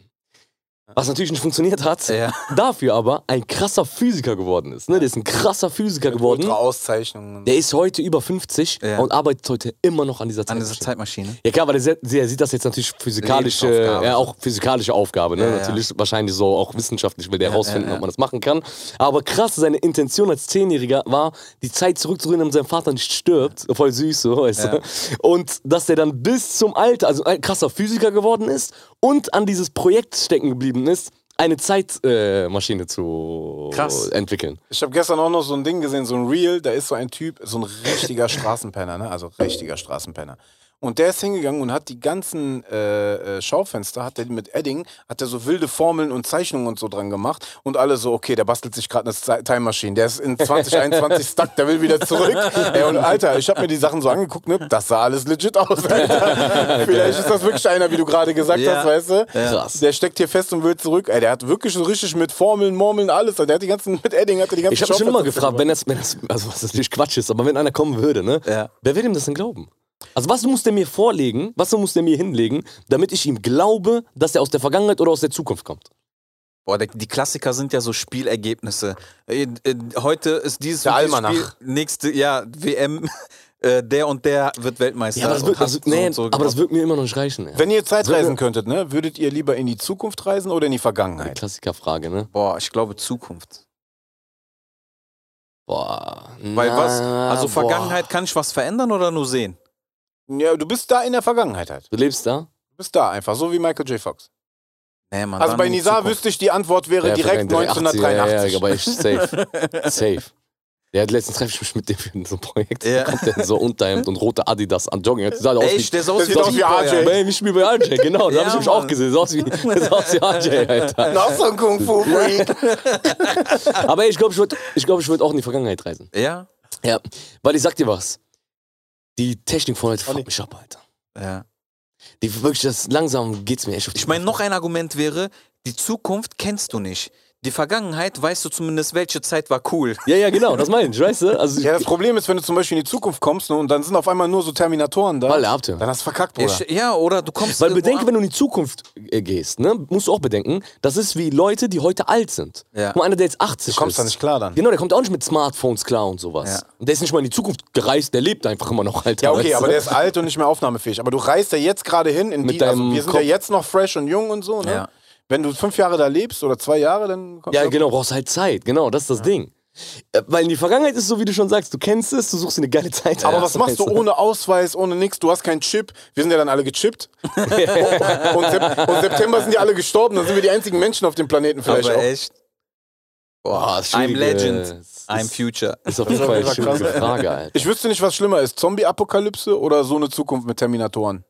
S3: Was natürlich nicht funktioniert hat,
S4: Ja.
S3: dafür aber ein krasser Physiker geworden ist. Ne? Der ist ein krasser Physiker geworden.
S2: Ultra Auszeichnungen.
S3: Der ist heute über 50
S4: Ja.
S3: und arbeitet heute immer noch an dieser
S4: An
S3: Zeitmaschine.
S4: dieser Zeitmaschine.
S3: Ja klar, aber der, se- der sieht das jetzt natürlich physikalische,
S4: Lebensaufgabe.
S3: ja, auch physikalische Aufgabe, ne?
S4: Ja, ja.
S3: natürlich wahrscheinlich so auch wissenschaftlich will der herausfinden,
S4: ja, ja.
S3: ob man das machen kann. Aber krass, seine Intention als Zehnjähriger war, die Zeit zurückzudrehen, damit sein Vater nicht stirbt. Voll süß, so, weißt du. Und dass der dann bis zum Alter, also ein krasser Physiker geworden ist und an dieses Projekt stecken geblieben ist, eine Zeitmaschine äh, Maschine zu
S4: Krass.
S3: entwickeln.
S2: Ich habe gestern auch noch so ein Ding gesehen, so ein Reel, da ist so ein Typ, so ein richtiger Straßenpenner, ne? also richtiger Straßenpenner. Und der ist hingegangen und hat die ganzen äh, äh, Schaufenster, hat der mit Edding, hat er so wilde Formeln und Zeichnungen und so dran gemacht und alle so, okay, der bastelt sich gerade eine Ze- Time Machine, der ist in 2021 stuck, der will wieder zurück. Ey, und Alter, ich habe mir die Sachen so angeguckt, ne? das sah alles legit aus, Alter. Vielleicht ist das wirklich einer, wie du gerade gesagt
S4: Ja.
S2: hast, weißt du?
S3: Krass.
S2: Der steckt hier fest und will zurück. Ey, der hat wirklich so richtig mit Formeln, Murmeln, alles. Der hat die ganzen, mit Edding hat er die ganzen
S3: Ich habe mich schon
S2: Schaufenster
S3: immer gefragt, wenn das, wenn das, also was natürlich Quatsch ist, aber wenn einer kommen würde, ne?
S4: Ja.
S3: Wer würde ihm das denn glauben? Also was muss der mir vorlegen, was muss der mir hinlegen, damit ich ihm glaube, dass er aus der Vergangenheit oder aus der Zukunft kommt?
S4: Boah, der, die Klassiker sind ja so Spielergebnisse. Äh, äh, heute ist dieses,
S2: Der
S4: und dieses
S2: Almanach.
S4: nächste, ja, WM, äh, der und der wird Weltmeister.
S3: Ja, aber das
S4: und
S3: wird,
S4: hat
S3: das,
S4: so
S3: nee,
S4: und so genau.
S3: aber das
S4: gemacht.
S3: wird mir immer noch nicht reichen. Ja.
S2: Wenn ihr Zeitreisen könntet, ne, würdet ihr lieber in die Zukunft reisen oder in die Vergangenheit?
S3: Klassikerfrage, ne?
S4: Boah, ich glaube Zukunft.
S3: Boah.
S4: Weil
S3: na,
S4: was? Also
S3: boah.
S4: Vergangenheit, kann ich was verändern oder nur sehen?
S2: Ja, du bist da in der Vergangenheit halt.
S3: Du lebst da?
S2: Du bist da einfach, so wie Michael J. Fox.
S4: Nee, Mann,
S2: Also
S4: dann
S2: bei
S4: in
S2: Nizar
S4: Zukunft.
S2: wüsste ich, die Antwort wäre
S3: Ja,
S2: direkt
S3: vergangen,
S2: 1983.
S3: Ja, ja, aber ich, safe. safe. Ja, letztens treffe ich mich mit dem in so einem Projekt.
S4: Ja.
S3: Da kommt der so unterhemd und rote Adidas an Joggen. Er sah aus
S4: Ey,
S3: wie
S4: der sah aus
S2: sieht aus wie
S4: Tico,
S2: RJ.
S4: ja.
S3: Ey, ich spiele bei RJ, genau. Da
S4: Ja,
S3: habe ich mich
S4: Mann.
S3: auch gesehen. So aus wie, so aus wie RJ, Alter.
S2: Noch so ein Kung-Fu-Freak.
S3: Aber ey, ich glaube, ich würde ich glaub, ich würd auch in die Vergangenheit reisen.
S4: Ja,
S3: Ja, weil ich sag dir was. Die Technik von heute fuckt mich ab, Alter.
S4: ja.
S3: Die wirklich, das langsam geht's mir echt auf die
S4: Ich meine, noch ein Argument wäre, die Zukunft kennst du nicht. Die Vergangenheit weißt du zumindest, welche Zeit war cool.
S3: Ja, ja, genau, das meine ich, weißt du? Also,
S2: Ja, das Problem ist, wenn du zum Beispiel in die Zukunft kommst ne, und dann sind auf einmal nur so Terminatoren da,
S3: Balle ab, ja.
S2: dann hast du verkackt,
S4: Ja,
S2: Bruder.
S4: sch- ja, oder du kommst.
S3: Weil
S4: irgendwo
S3: bedenke,
S4: an-
S3: wenn du in die Zukunft äh, gehst, ne, musst du auch bedenken, das ist wie Leute, die heute alt sind.
S4: Ja.
S3: Guck mal, einer, der jetzt 80
S2: Du kommst
S3: ist.
S2: da nicht klar dann.
S3: Genau, der kommt auch nicht mit Smartphones klar und sowas.
S4: Ja.
S3: Und der ist nicht mal in die Zukunft gereist, der lebt einfach immer noch, Alter.
S2: Ja, okay,
S3: weißt
S2: aber
S3: du?
S2: der ist alt und nicht mehr aufnahmefähig. Aber du reist ja jetzt gerade hin in
S3: Mit
S2: die. Also
S3: deinem
S2: wir sind
S3: Kopf.
S2: ja jetzt noch fresh und jung und so, ne?
S4: Ja.
S2: Wenn du fünf Jahre da lebst oder zwei Jahre, dann kommst
S3: Ja,
S2: du.
S3: genau, brauchst halt Zeit, genau, das ist das Ding. Äh, Weil in die Vergangenheit ist es so, wie du schon sagst, du kennst es, du suchst dir eine geile Zeit.
S2: Aber
S3: aus,
S2: was machst du
S3: weißt
S2: ohne Ausweis, ohne nix? Du hast keinen Chip. Wir sind ja dann alle gechippt. und, Sep und September sind ja alle gestorben. Dann sind wir die einzigen Menschen auf dem Planeten vielleicht
S4: Aber
S2: auch.
S4: echt.
S3: Boah, ist schwierig,
S4: I'm Legend,
S3: äh, es
S4: I'm
S3: ist-
S4: Future.
S3: Ist auf jeden
S2: auf
S3: Fall eine
S2: jeden Fall
S3: schwierige
S2: krass.
S3: Frage, Alter.
S2: Ich wüsste nicht, was schlimmer ist. Zombie-Apokalypse oder so eine Zukunft mit Terminatoren?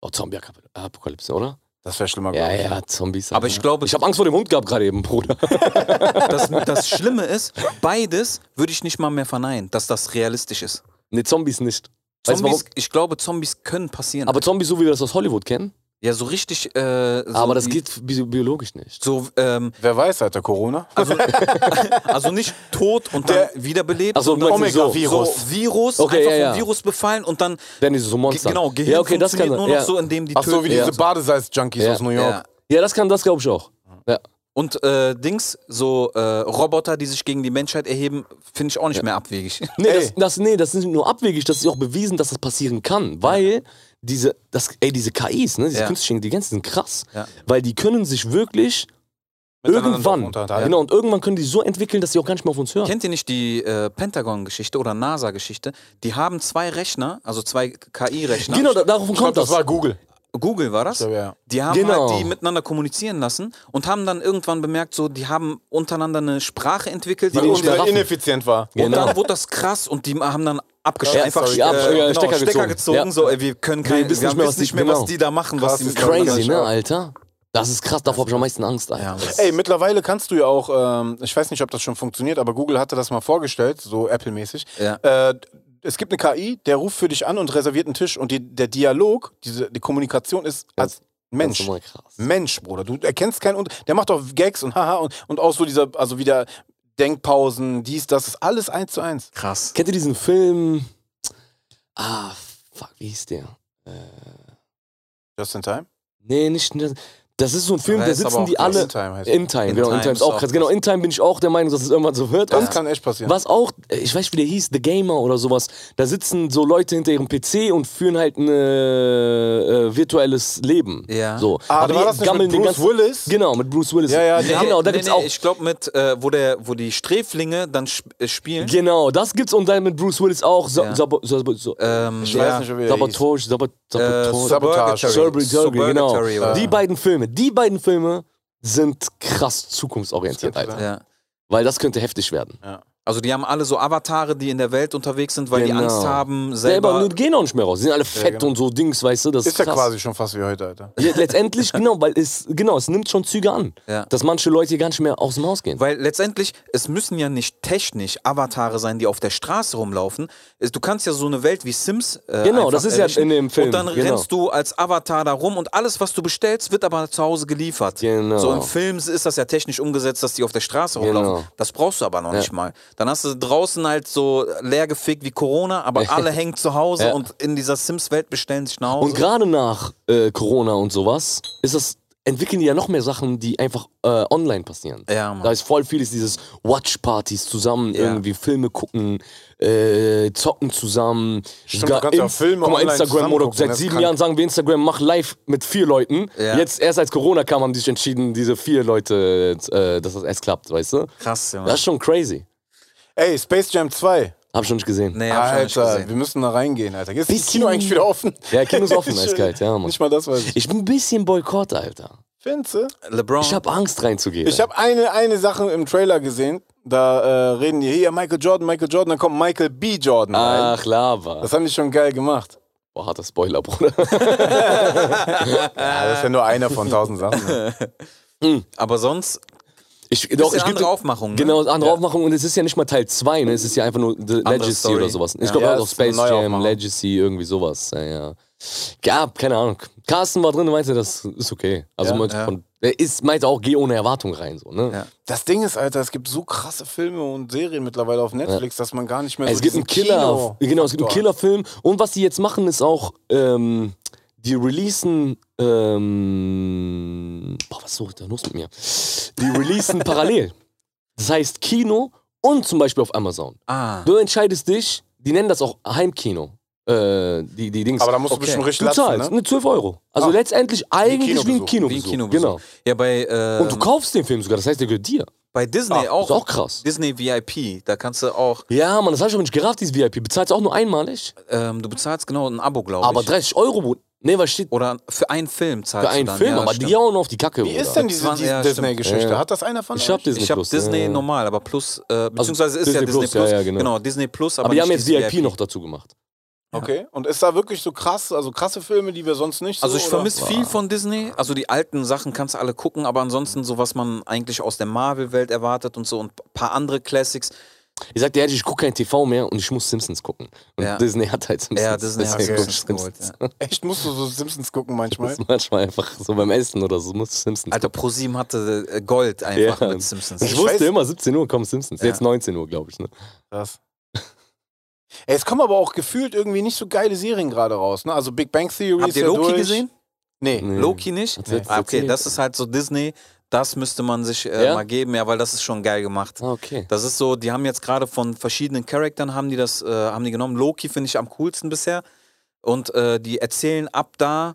S3: Oh, Zombie-Apokalypse, oder?
S2: Das wäre schlimmer,
S3: Ja,
S2: glaub ich.
S3: ja, Zombies.
S4: Aber ich glaube,
S3: Ich habe Angst vor dem Hund gehabt gerade eben, Bruder.
S4: das, das Schlimme ist, beides würde ich nicht mal mehr verneinen, dass das realistisch ist.
S3: Ne, Zombies nicht. Weißt du warum?
S4: Zombies, ich glaube, Zombies können passieren.
S3: Aber Zombies, so wie wir das aus Hollywood kennen.
S4: ja, so richtig. Äh, so
S3: aber das
S4: die-
S3: geht bi biologisch nicht.
S4: So, ähm,
S2: Wer weiß, Alter, Corona?
S4: also nicht tot und dann wiederbelebt.
S3: Ach so, du
S4: sondern
S3: meinst so.
S2: Omega-Virus.
S4: so Virus,
S3: Also Okay,
S4: einfach
S3: ja, ja.
S4: vom Virus befallen und dann
S3: Dann ist es so ein Monster.
S4: genau Gehirn
S3: ja, okay, das kann,
S4: funktioniert nur noch
S3: ja.
S4: so, indem die
S2: Ach so, wie
S4: töten.
S2: diese Badesalz-Junkies
S3: Ja.
S2: aus New
S4: ja.
S2: York.
S3: ja, das kann, das glaube ich auch. Ja.
S4: Und äh, Dings, so äh, Roboter, die sich gegen die Menschheit erheben, finde ich auch nicht mehr abwegig.
S3: Nee,
S2: Ey.
S3: das, das, nee, das ist nicht nur abwegig, das ist auch bewiesen, dass das passieren kann, weil diese, das, ey, diese KIs, ne, diese
S4: Ja.
S3: künstlichen Intelligenzen sind krass,
S4: Ja.
S3: weil die können sich wirklich
S2: Miteinander
S3: irgendwann,
S2: unterhalten.
S3: genau, und irgendwann können die so entwickeln, dass sie auch gar nicht mehr auf uns hören.
S4: Kennt ihr nicht die äh, Pentagon-Geschichte oder NASA-Geschichte? Die haben zwei Rechner, also zwei KI-Rechner.
S3: Genau, da,
S2: Ich
S3: davon
S2: glaub,
S3: kommt das.
S2: das war Google.
S4: Google war das.
S2: glaub, ja.
S4: Die haben
S3: Genau.
S4: halt die miteinander kommunizieren lassen und haben dann irgendwann bemerkt, so, die haben untereinander eine Sprache entwickelt.
S2: Weil
S3: den
S4: und,
S3: nicht mehr
S2: unsere
S3: raffen.
S2: ineffizient war.
S4: und
S3: Genau.
S4: dann wurde das krass und die haben dann abgeschlossen.
S3: Ja,
S4: einfach
S3: sorry, ja,
S4: äh,
S3: ja, Stecker gezogen. Ja.
S4: genau, so, ey, wir können kein,
S3: wissen
S4: wir
S3: nicht mehr, was
S4: wissen nicht
S3: die-
S4: mehr, was
S3: genau.
S4: die da machen, was
S2: Krass,
S4: die
S2: ist
S4: miteinander-
S3: Crazy, ne, Alter? Das ist krass, davor habe ich am meisten Angst, Alter.
S4: Ja, das-
S2: Ey, mittlerweile kannst du ja auch, ähm, ich weiß nicht, ob das schon funktioniert, aber Google hatte das mal vorgestellt, so Apple-mäßig.
S4: Ja.
S2: Äh, es gibt eine KI, der ruft für dich an und reserviert einen Tisch und die, der Dialog, diese, die Kommunikation ist als
S3: Das
S2: Mensch.
S3: ist immer krass.
S2: Mensch, Bruder. Du erkennst keinen Unterschied. Der macht auch Gags und haha und, und auch so dieser, also wieder Denkpausen, dies, das, ist alles eins zu eins.
S4: krass.
S3: Kennt ihr diesen Film? Ah, fuck, wie hieß der? Äh,
S2: Just in Time?
S3: nee, nicht. Das ist so ein Film,
S4: Der
S3: da
S4: ist aber
S3: sitzen
S4: auch
S3: die
S4: krass.
S3: alle.
S2: In Time heißt
S3: In Time,
S4: In
S3: genau, In
S4: Time
S3: Time ist auch krass. Genau, In Time bin ich auch der Meinung, dass es irgendwann so wird.
S2: Das
S3: Und
S2: kann echt passieren.
S3: was auch, äh, ich weiß, wie der hieß, The Gamer oder sowas, da sitzen so Leute hinter ihrem PC und führen halt ein äh, äh, virtuelles Leben.
S4: Ja.
S3: So.
S2: Ah, da war
S3: die
S2: das nicht
S3: gammeln
S2: mit
S3: den
S2: Bruce
S3: ganzen-
S2: Willis?
S3: Genau, mit Bruce Willis.
S2: Ja, ja, die
S4: Nee,
S3: genau, da
S4: nee,
S3: gibt's
S4: nee,
S3: auch.
S4: Ich glaube, mit, äh, wo, der, wo die Sträflinge dann sp äh, spielen.
S3: Genau, das gibt's und dann mit Bruce Willis auch. Sa
S4: Ja.
S3: Sabo- Sabo- so-
S4: ähm,
S2: Ich
S4: ja.
S2: weiß nicht, ob ihr
S3: Sabotage, Sabot-
S4: Äh,
S3: Sabotage.
S2: Sabotage.
S3: Cerebral Surgery, genau.
S4: Suburgatory oder-
S3: Die beiden Filme, die beiden Filme sind krass zukunftsorientiert,
S2: Das könnte
S3: Alter.
S4: Ja.
S3: Weil das könnte heftig werden.
S4: Also die haben alle so Avatare, die in der Welt unterwegs sind, weil die
S3: Genau.
S4: Angst haben,
S3: Selber,
S4: selber.
S3: nur- gehen auch nicht mehr raus. Die sind alle fett
S2: genau.
S3: und so Dings, weißt du? Das ist,
S2: Ist ja
S3: krass.
S2: quasi schon fast wie heute, Alter.
S3: Ja, letztendlich, genau, weil es, genau, es nimmt schon Züge an.
S4: Ja.
S3: Dass manche Leute gar nicht mehr aus dem Haus gehen.
S4: Weil letztendlich, es müssen ja nicht technisch Avatare sein, die auf der Straße rumlaufen. Es- Du kannst ja so eine Welt wie Sims. Äh,
S3: Genau,
S4: einfach
S3: das ist ja
S4: errichten.
S3: in dem Film,
S4: Und dann
S3: genau.
S4: rennst du als Avatar da rum und alles, was du bestellst, wird aber zu Hause geliefert.
S3: Genau.
S4: So im Film ist das ja technisch umgesetzt, dass die auf der Straße rumlaufen.
S3: Genau.
S4: Das brauchst du aber noch nicht mal. Dann hast du draußen halt so leer gefickt wie Corona, aber alle hängen zu Hause
S3: Ja.
S4: und in dieser Sims-Welt bestellen sich nach Hause.
S3: Und gerade nach äh, Corona und sowas ist das, entwickeln die ja noch mehr Sachen, die einfach äh, online passieren.
S4: Ja, Mann.
S3: Da ist voll vieles dieses Watch-Partys zusammen, irgendwie Filme gucken, äh, zocken zusammen.
S2: Stimmt, du kannst ja Filme
S3: guck mal,
S2: online
S3: Instagram
S2: zusammen
S3: oder
S2: gucken,
S3: seit
S2: das ist
S3: sieben
S2: krank.
S3: Jahren sagen wir Instagram, mach live mit vier Leuten.
S4: Ja.
S3: Jetzt erst als Corona kam, haben die sich entschieden, diese vier Leute, äh, dass das erst klappt, weißt du?
S4: Krass, ja.
S3: Das ist schon crazy.
S2: Ey, Space Jam 2.
S3: Hab ich schon nicht gesehen.
S4: Nee, hab ich schon nicht
S2: Alter,
S4: gesehen.
S2: wir müssen da reingehen, Alter. Ist das
S3: Bisschen-
S2: Kino eigentlich wieder offen?
S3: Ja, Kino ist offen,
S2: Ich-
S3: eiskalt, ja, Mann.
S2: Nicht mal das weiß ich.
S3: Hm. Ich bin ein bisschen Boykott, Alter.
S2: Finze?
S4: LeBron.
S3: Ich habe Angst reinzugehen.
S2: Ich habe eine, eine Sache im Trailer gesehen. Da äh, reden die hier Michael Jordan, Michael Jordan, dann kommt Michael B. Jordan rein.
S3: Ach, Lava.
S2: Das haben die schon geil gemacht.
S3: Boah, harter Spoiler, Bruder. Ah.
S2: Ja, das ist ja nur einer von tausend Sachen. ne?
S4: aber sonst
S3: Ich, doch, ich
S4: eine
S3: gebe
S4: andere Aufmachung. Ne?
S3: Genau, andere Aufmachung und es ist ja nicht mal Teil 2, ne? Es ist ja einfach nur The Legacy
S4: Story.
S3: oder sowas. Ich
S4: Ja.
S3: glaube
S2: Ja,
S3: auch noch
S2: es ist eine
S3: Space
S2: neue
S3: Jam,
S2: Aufmachung.
S3: Legacy, irgendwie sowas. Ja, ja. ja, keine Ahnung. Carsten war drin und meinte, das ist okay. Also
S2: Ja,
S3: meinte,
S4: ja.
S3: Von, er ist, meinte auch, geh ohne Erwartung rein. So, ne?
S4: Ja.
S2: Das Ding ist, Alter, es gibt so krasse Filme und Serien mittlerweile auf Netflix, dass man gar nicht mehr so
S3: es gibt einen
S2: Also diesen
S3: Killer.
S2: Kino-
S3: Genau, es gibt
S2: Faktor
S3: einen Killerfilm. Und was die jetzt machen, ist auch, ähm, die releasen. Ähm, boah, was sucht da los mit mir? Die releasen parallel. Das heißt Kino und zum Beispiel auf Amazon.
S4: Ah.
S3: Du entscheidest dich, die nennen das auch Heimkino. Äh, die, die Dings.
S2: hat. Aber da musst du
S4: Okay.
S2: bestimmt
S3: du
S2: richtig lassen,
S3: zahlst
S2: ne?
S3: ne? 12 Euro. Also
S2: Ah.
S3: letztendlich eigentlich wie ein Kinobesuch.
S2: Kinobesuch. Ähm.
S4: Wie ein Kinobesuch.
S3: Genau.
S4: Ja, bei, äh,
S3: Und du kaufst den Film sogar, das heißt, der gehört dir.
S4: bei Disney
S3: Ist auch
S4: auch.
S3: krass.
S4: Disney VIP, da kannst du auch,
S3: Ja, Mann, das habe ich auch nicht gerafft, dieses VIP. Bezahlst auch nur einmalig,
S4: ähm, du bezahlst genau ein Abo, glaube ich.
S3: aber 30 Euro, Bruder. Nee, was steht
S4: Oder für einen Film zahlst
S3: für einen
S4: du dann.
S3: Film?
S4: ja,
S3: aber
S4: stimmt.
S3: die hauen auf die Kacke,
S2: Wie
S3: Bruder.
S2: ist denn diese,
S4: Ja,
S2: diese
S4: stimmt.
S2: Disney-Geschichte?
S3: Ja.
S2: Hat das einer von
S3: ich hab
S2: euch?
S3: Disney
S4: Ich habe
S3: Plus.
S4: Disney
S3: ja. Also
S4: normal, aber plus, äh, beziehungsweise ist
S3: Disney
S4: ja Disney
S3: Plus,
S4: Plus.
S3: ja, ja, genau.
S4: Disney Plus, aber,
S3: Aber die haben
S4: nicht
S3: jetzt
S4: dieses
S3: VIP noch dazu gemacht.
S2: Okay. Und ist da wirklich so krass, also krasse Filme, die wir sonst nicht so,
S4: Also ich
S2: oder?
S4: vermisse viel von Disney. Also die alten Sachen kannst du alle gucken, aber ansonsten so, was man eigentlich aus der Marvel-Welt erwartet und so und ein paar andere Classics.
S3: Ich sagte ehrlich, ich gucke kein TV mehr und ich muss Simpsons gucken. Und
S4: Ja.
S3: Disney hat halt Simpsons.
S4: Ja, Disney hat
S3: Deswegen guck ich
S4: Simpsons geholt. Ja.
S2: Echt, musst du so Simpsons gucken
S3: Das
S2: manchmal?
S3: ist manchmal einfach so beim Essen oder so, muss Simpsons.
S4: Alter, ProSieben hatte äh, Gold einfach
S3: Ja.
S4: mit Simpsons.
S3: ich
S2: ich
S3: wusste
S2: weiß-
S3: immer, 17 Uhr kommen Simpsons.
S4: Ja.
S3: Jetzt 19 Uhr, glaube ich. Ne?
S2: Krass. Ey, es kommen aber auch gefühlt irgendwie nicht so geile Serien gerade raus, ne? Also Big Bang Theory
S4: Habt
S2: ist
S4: ihr
S2: ja
S4: Loki
S2: durch.
S4: gesehen?
S2: Nee.
S3: Nee.
S4: Loki nicht?
S3: Hat's jetzt
S4: Ah, okay,
S3: erzählt.
S4: das ist halt so Disney. Das müsste man sich äh,
S3: Ja?
S4: mal geben, ja, weil das ist schon geil gemacht.
S3: Ah, okay.
S4: Das ist so, die haben jetzt gerade von verschiedenen Charaktern haben die das, äh, haben die genommen. Loki finde ich am coolsten bisher. Und äh, die erzählen ab da,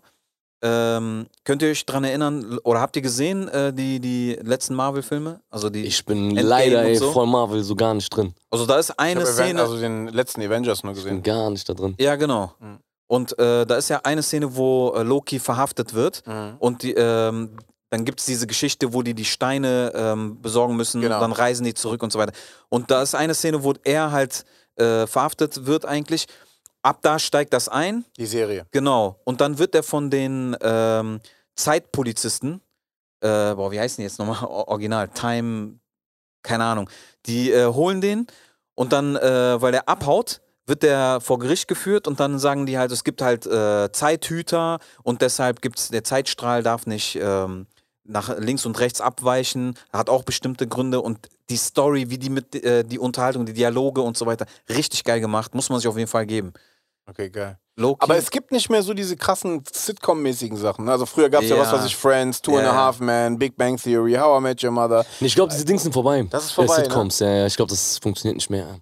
S4: ähm, könnt ihr euch dran erinnern, l- oder habt ihr gesehen, äh, die, die letzten Marvel-Filme? Also die,
S3: Ich bin
S4: Endgame
S3: leider
S4: und
S3: ey,
S4: so?
S3: voll Marvel so gar nicht drin.
S4: also da ist
S2: Ich
S4: eine
S2: hab Aven-
S4: Szene.
S2: also den letzten Avengers nur
S3: Ich
S2: gesehen.
S3: bin gar nicht da drin.
S4: ja, genau.
S2: Mhm.
S4: Und äh, da ist ja eine Szene, wo äh, Loki verhaftet wird.
S2: Mhm.
S4: Und die, ähm, dann gibt es diese Geschichte, wo die die Steine ähm, besorgen müssen,
S2: Genau.
S4: dann reisen die zurück und so weiter. Und da ist eine Szene, wo er halt äh, verhaftet wird eigentlich. Ab da steigt das ein,
S2: Die Serie.
S4: genau. Und dann wird er von den ähm, Zeitpolizisten, äh, boah, wie heißen die jetzt nochmal? O- Original, Time, keine Ahnung. Die äh, holen den und dann, äh, weil er abhaut, wird der vor Gericht geführt und dann sagen die halt, es gibt halt äh, Zeithüter und deshalb gibt's, der Zeitstrahl darf nicht ähm, nach links und rechts abweichen, hat auch bestimmte Gründe und die Story, wie die mit äh, die Unterhaltung, die Dialoge und so weiter, richtig geil gemacht, muss man sich auf jeden Fall geben.
S2: Okay, geil.
S4: Loki,
S2: Aber es gibt nicht mehr so diese krassen Sitcom-mäßigen Sachen. ne? Also früher gab es ja.
S4: Ja.
S2: was weiß ich, Friends, Two and
S4: Ja,
S2: a
S4: ja.
S2: Half Men, Big Bang Theory, How I Met Your Mother.
S3: Nee, Ich glaube, diese Dings sind vorbei.
S2: Das ist
S3: Äh,
S2: vorbei, ne?
S3: Sitcoms, ja, ja. Ich glaube, das funktioniert nicht mehr.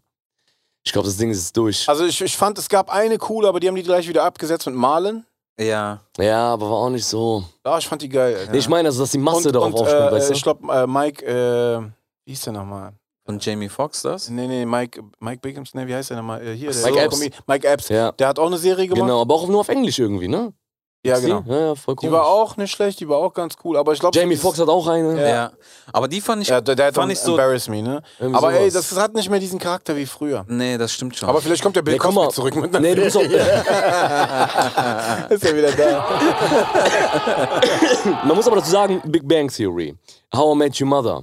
S3: Ich glaube, das Ding ist durch.
S2: Also ich, ich fand, es gab eine coole, aber die haben die gleich wieder abgesetzt mit Marlon.
S4: ja,
S3: Ja, aber war auch nicht so.
S2: Ja, ich fand die geil. Alter.
S3: Nee, ich meine, also, dass die Masse
S2: und,
S3: darauf
S2: und,
S3: aufspringt,
S2: äh,
S3: weißt du?
S2: Ich glaube, äh, Mike, äh, wie hieß der nochmal?
S4: von Jamie Foxx das?
S2: Nee, nee, Mike, Mike Biggins, nee, wie heißt der nochmal? Äh, hier, der
S3: Mike Epps.
S2: Comedian. Mike Epps.
S3: ja,
S2: Der hat auch eine Serie gemacht.
S3: genau. Aber auch nur auf Englisch irgendwie, ne?
S2: Ja, genau.
S3: Ja, ja, voll cool.
S2: Die war auch nicht schlecht, die war auch ganz cool, aber ich glaube...
S3: Jamie Foxx hat auch eine.
S4: Ja. Aber die fand ich.
S2: Ja, der, der hat
S4: Fand
S2: dann
S4: ich so-
S2: Embarrass Me, ne?
S3: Irgendwie
S2: Aber ey,
S3: sowas.
S2: das hat nicht mehr diesen Charakter wie früher.
S4: Nee, das stimmt schon.
S2: Aber vielleicht kommt der Bill
S3: Nee, komm
S2: Cosby
S3: mal.
S2: zurück mit einer
S3: Nee, du musst auch,
S2: ist ja wieder da.
S3: man muss aber dazu sagen, Big Bang Theory, How I Met Your Mother,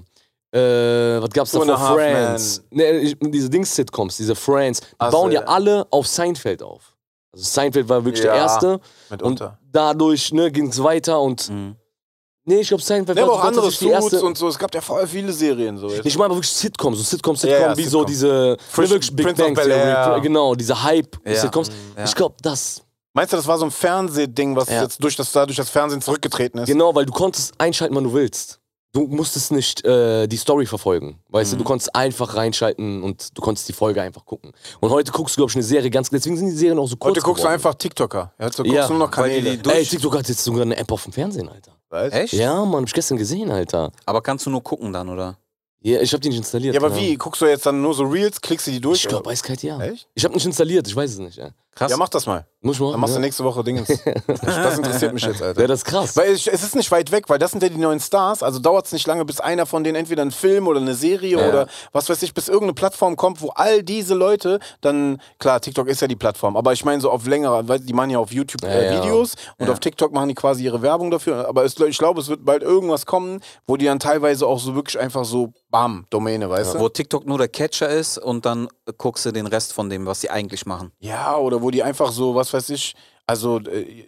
S3: äh, was gab's da
S2: Two and
S3: vor
S2: a Half
S3: Friends? Nee, ich- diese Dings-Sitcoms, diese Friends, die
S2: Ach so,
S3: bauen ja,
S2: Also, ja.
S3: alle auf Seinfeld auf. Also Seinfeld war wirklich der
S2: Ja,
S3: erste und
S2: Mitunter.
S3: dadurch ne, ging es weiter und
S4: Mhm.
S3: nee, ich glaube Seinfeld
S2: Ne,
S3: war
S2: aber auch andere
S3: tatsächlich die
S2: Suits
S3: erste.
S2: und so. Es gab ja voll viele Serien so.
S3: Ich meine aber wirklich Sitcoms, so Sitcoms,
S2: Ja,
S3: Sitcom,
S2: ja,
S3: wie so
S2: Sitcom.
S3: diese
S2: Fresh-
S3: ne, wirklich Big
S2: Prince of
S3: Bang
S2: Bel-Air. mm,
S3: Theory, genau, diese Hype-Sitcoms.
S4: Ja.
S3: Ich glaube, das
S2: Meinst du, das war so ein Fernsehding, was
S3: Ja.
S2: jetzt durch das, da durch das Fernsehen zurückgetreten ist?
S3: Genau, weil du konntest einschalten, wann du willst. Du musstest nicht äh, die Story verfolgen. Weißt
S2: Mm.
S3: du, du konntest einfach reinschalten und du konntest die Folge einfach gucken. Und heute guckst du, glaube ich, eine Serie ganz. Deswegen sind die Serien auch so kurz.
S2: Heute guckst du
S3: geworden.
S2: einfach TikToker. Ja, Jetzt guckst
S3: Ja,
S2: du nur noch
S4: weil die-
S2: Kanäle.
S4: die durch-
S3: Ey, TikTok hat jetzt sogar eine App auf dem Fernsehen, Alter.
S2: Weißt?
S4: Echt?
S3: Ja, Mann, hab ich gestern gesehen, Alter.
S4: Aber kannst du nur gucken dann, oder?
S3: Ja, ich hab die nicht installiert.
S2: Ja, aber wie? Guckst du jetzt dann nur so Reels, klickst du die durch?
S3: Ich glaube, eiskalt ja.
S2: Echt?
S3: Ich hab nicht installiert, ich weiß es nicht. Ja.
S4: Krass.
S2: Ja, mach das mal.
S3: Muss ich mal.
S2: Dann machst
S3: ja.
S2: du nächste Woche Dingens. das interessiert mich jetzt, Alter.
S3: ja, das ist krass.
S2: Weil es, es ist nicht weit weg, weil das sind ja die neuen Stars. Also dauert es nicht lange, bis einer von denen entweder einen Film oder eine Serie
S3: Ja.
S2: oder was weiß ich, bis irgendeine Plattform kommt, wo all diese Leute dann, klar, TikTok ist ja die Plattform, aber ich meine so auf längerer, weil die machen ja auf YouTube
S3: Ja,
S2: äh,
S3: ja.
S2: Videos und auf TikTok machen die quasi ihre Werbung dafür. Aber es, ich glaube, es wird bald irgendwas kommen, wo die dann teilweise auch so wirklich einfach so, bam, Domäne, weißt du?
S4: Wo TikTok nur der Catcher ist und dann äh, guckst du den Rest von dem, was sie eigentlich machen.
S2: Ja, oder wo die einfach so, was weiß ich, also äh,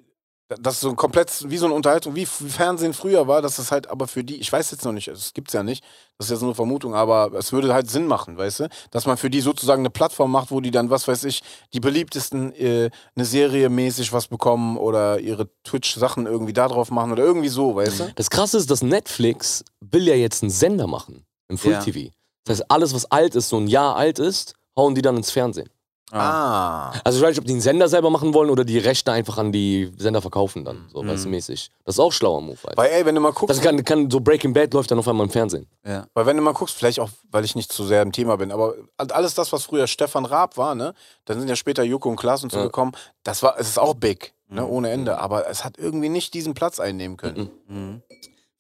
S2: das ist so ein komplett, wie so eine Unterhaltung, wie f- wie Fernsehen früher war, dass das halt aber für die, ich weiß jetzt noch nicht, das gibt's ja nicht, das ist jetzt nur Vermutung, aber es würde halt Sinn machen, weißt du, dass man für die sozusagen eine Plattform macht, wo die dann, was weiß ich, die beliebtesten äh, eine Serie mäßig was bekommen oder ihre Twitch-Sachen irgendwie da drauf machen oder irgendwie so, weißt du?
S3: Das Krasse ist, dass Netflix will ja jetzt einen Sender machen im
S4: Ja.
S3: Free-TV. Das heißt, alles, was alt ist, so ein Jahr alt ist, hauen die dann ins Fernsehen.
S2: Ah.
S3: Also ich weiß nicht, ob die einen Sender selber machen wollen oder die Rechte einfach an die Sender verkaufen dann, so weißt du, mäßig. Das ist auch schlauer Move, Alter.
S2: Mhm. Weil, ey, wenn du mal guckst,
S3: Das kann, kann, so Breaking Bad läuft dann auf einmal im Fernsehen.
S4: Ja.
S2: Weil wenn du mal guckst, vielleicht auch, weil ich nicht zu sehr im Thema bin, aber alles das, was früher Stefan Raab war, ne, dann sind ja später Joko und Klaas und so
S3: Ja. Mhm.
S2: gekommen, das war, es ist auch big, ne, ohne Ende, aber es hat irgendwie nicht diesen Platz einnehmen können.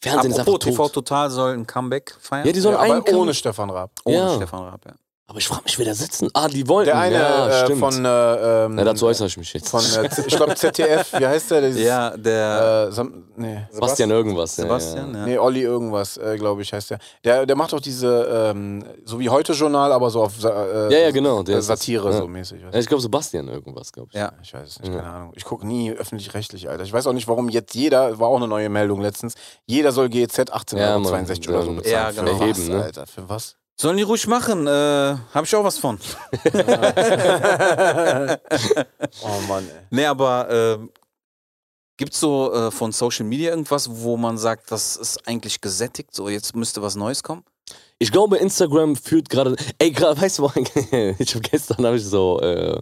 S3: Fernsehen
S4: Apropos,
S3: ist einfach
S4: TV
S3: tot.
S4: Total soll ein Comeback feiern.
S3: Ja, die sollen
S2: Ja, aber
S3: einen
S2: ohne Stefan Raab.
S4: Ohne
S3: ja.
S4: Stefan Raab, ja.
S3: Aber ich frage mich, wer da sitzen. Ah, die wollten.
S2: Der eine
S3: ja,
S2: äh,
S3: stimmt.
S2: von, äh, ähm,
S3: Na, dazu äußere ich mich jetzt.
S2: von äh, Z- ich glaube ZDF, wie heißt der? Dieses,
S4: Ja, der
S2: Äh, Sam, nee.
S3: Sebastian irgendwas.
S4: Sebastian, ja.
S2: Nee, Olli irgendwas, äh, glaube ich, heißt der. der. Der macht doch diese, ähm, so wie Heute-Journal, aber so auf Sa- äh,
S3: Ja, ja, genau, der ist das.
S2: Satire
S3: Ja.
S2: so mäßig. weißt
S3: Ja, ich glaube Sebastian irgendwas, glaube ich.
S4: Ja.
S2: Ich weiß es nicht, keine Ahnung. Ich gucke nie öffentlich-rechtlich, Alter. Ich weiß auch nicht, warum jetzt jeder, war auch eine neue Meldung letztens, jeder soll GEZ 18,62
S3: Ja,
S2: Euro
S3: Mann.
S2: oder so
S3: Ja,
S2: bezahlen.
S4: ja, genau.
S2: Für was,
S3: Erheben, ne?
S2: Alter? Für was?
S4: Sollen die ruhig machen, äh, hab ich auch was von.
S2: Oh Mann, ey.
S4: Nee, aber äh, gibt's so äh, von Social Media irgendwas, wo man sagt, das ist eigentlich gesättigt, so jetzt müsste was Neues kommen?
S3: Ich glaube, Instagram führt gerade. Ey, gerade, weißt du, wo- ich hab gestern habe ich so. Äh,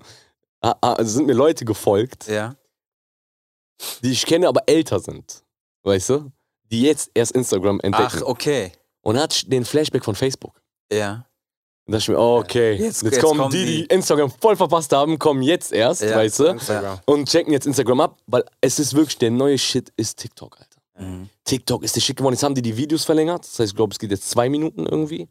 S3: ah, ah, sind mir Leute gefolgt,
S4: Ja.
S3: die ich kenne, aber älter sind. Weißt du? Die jetzt erst Instagram entdecken.
S4: Ach, okay.
S3: Und hat den Flashback von Facebook.
S4: Ja.
S3: Und dachte ich mir, oh, okay,
S4: Jetzt-
S3: jetzt,
S4: jetzt
S3: kommen
S4: kommen
S3: die,
S4: die.
S3: die Instagram voll verpasst haben, kommen jetzt erst,
S4: Ja.
S3: weißt du?
S2: Instagram.
S3: Und checken jetzt Instagram ab, weil es ist wirklich, der neue Shit ist TikTok, Alter.
S4: Mhm.
S3: TikTok ist der Shit geworden. Jetzt haben die die Videos verlängert. Das heißt, ich glaube, es geht jetzt zwei Minuten irgendwie.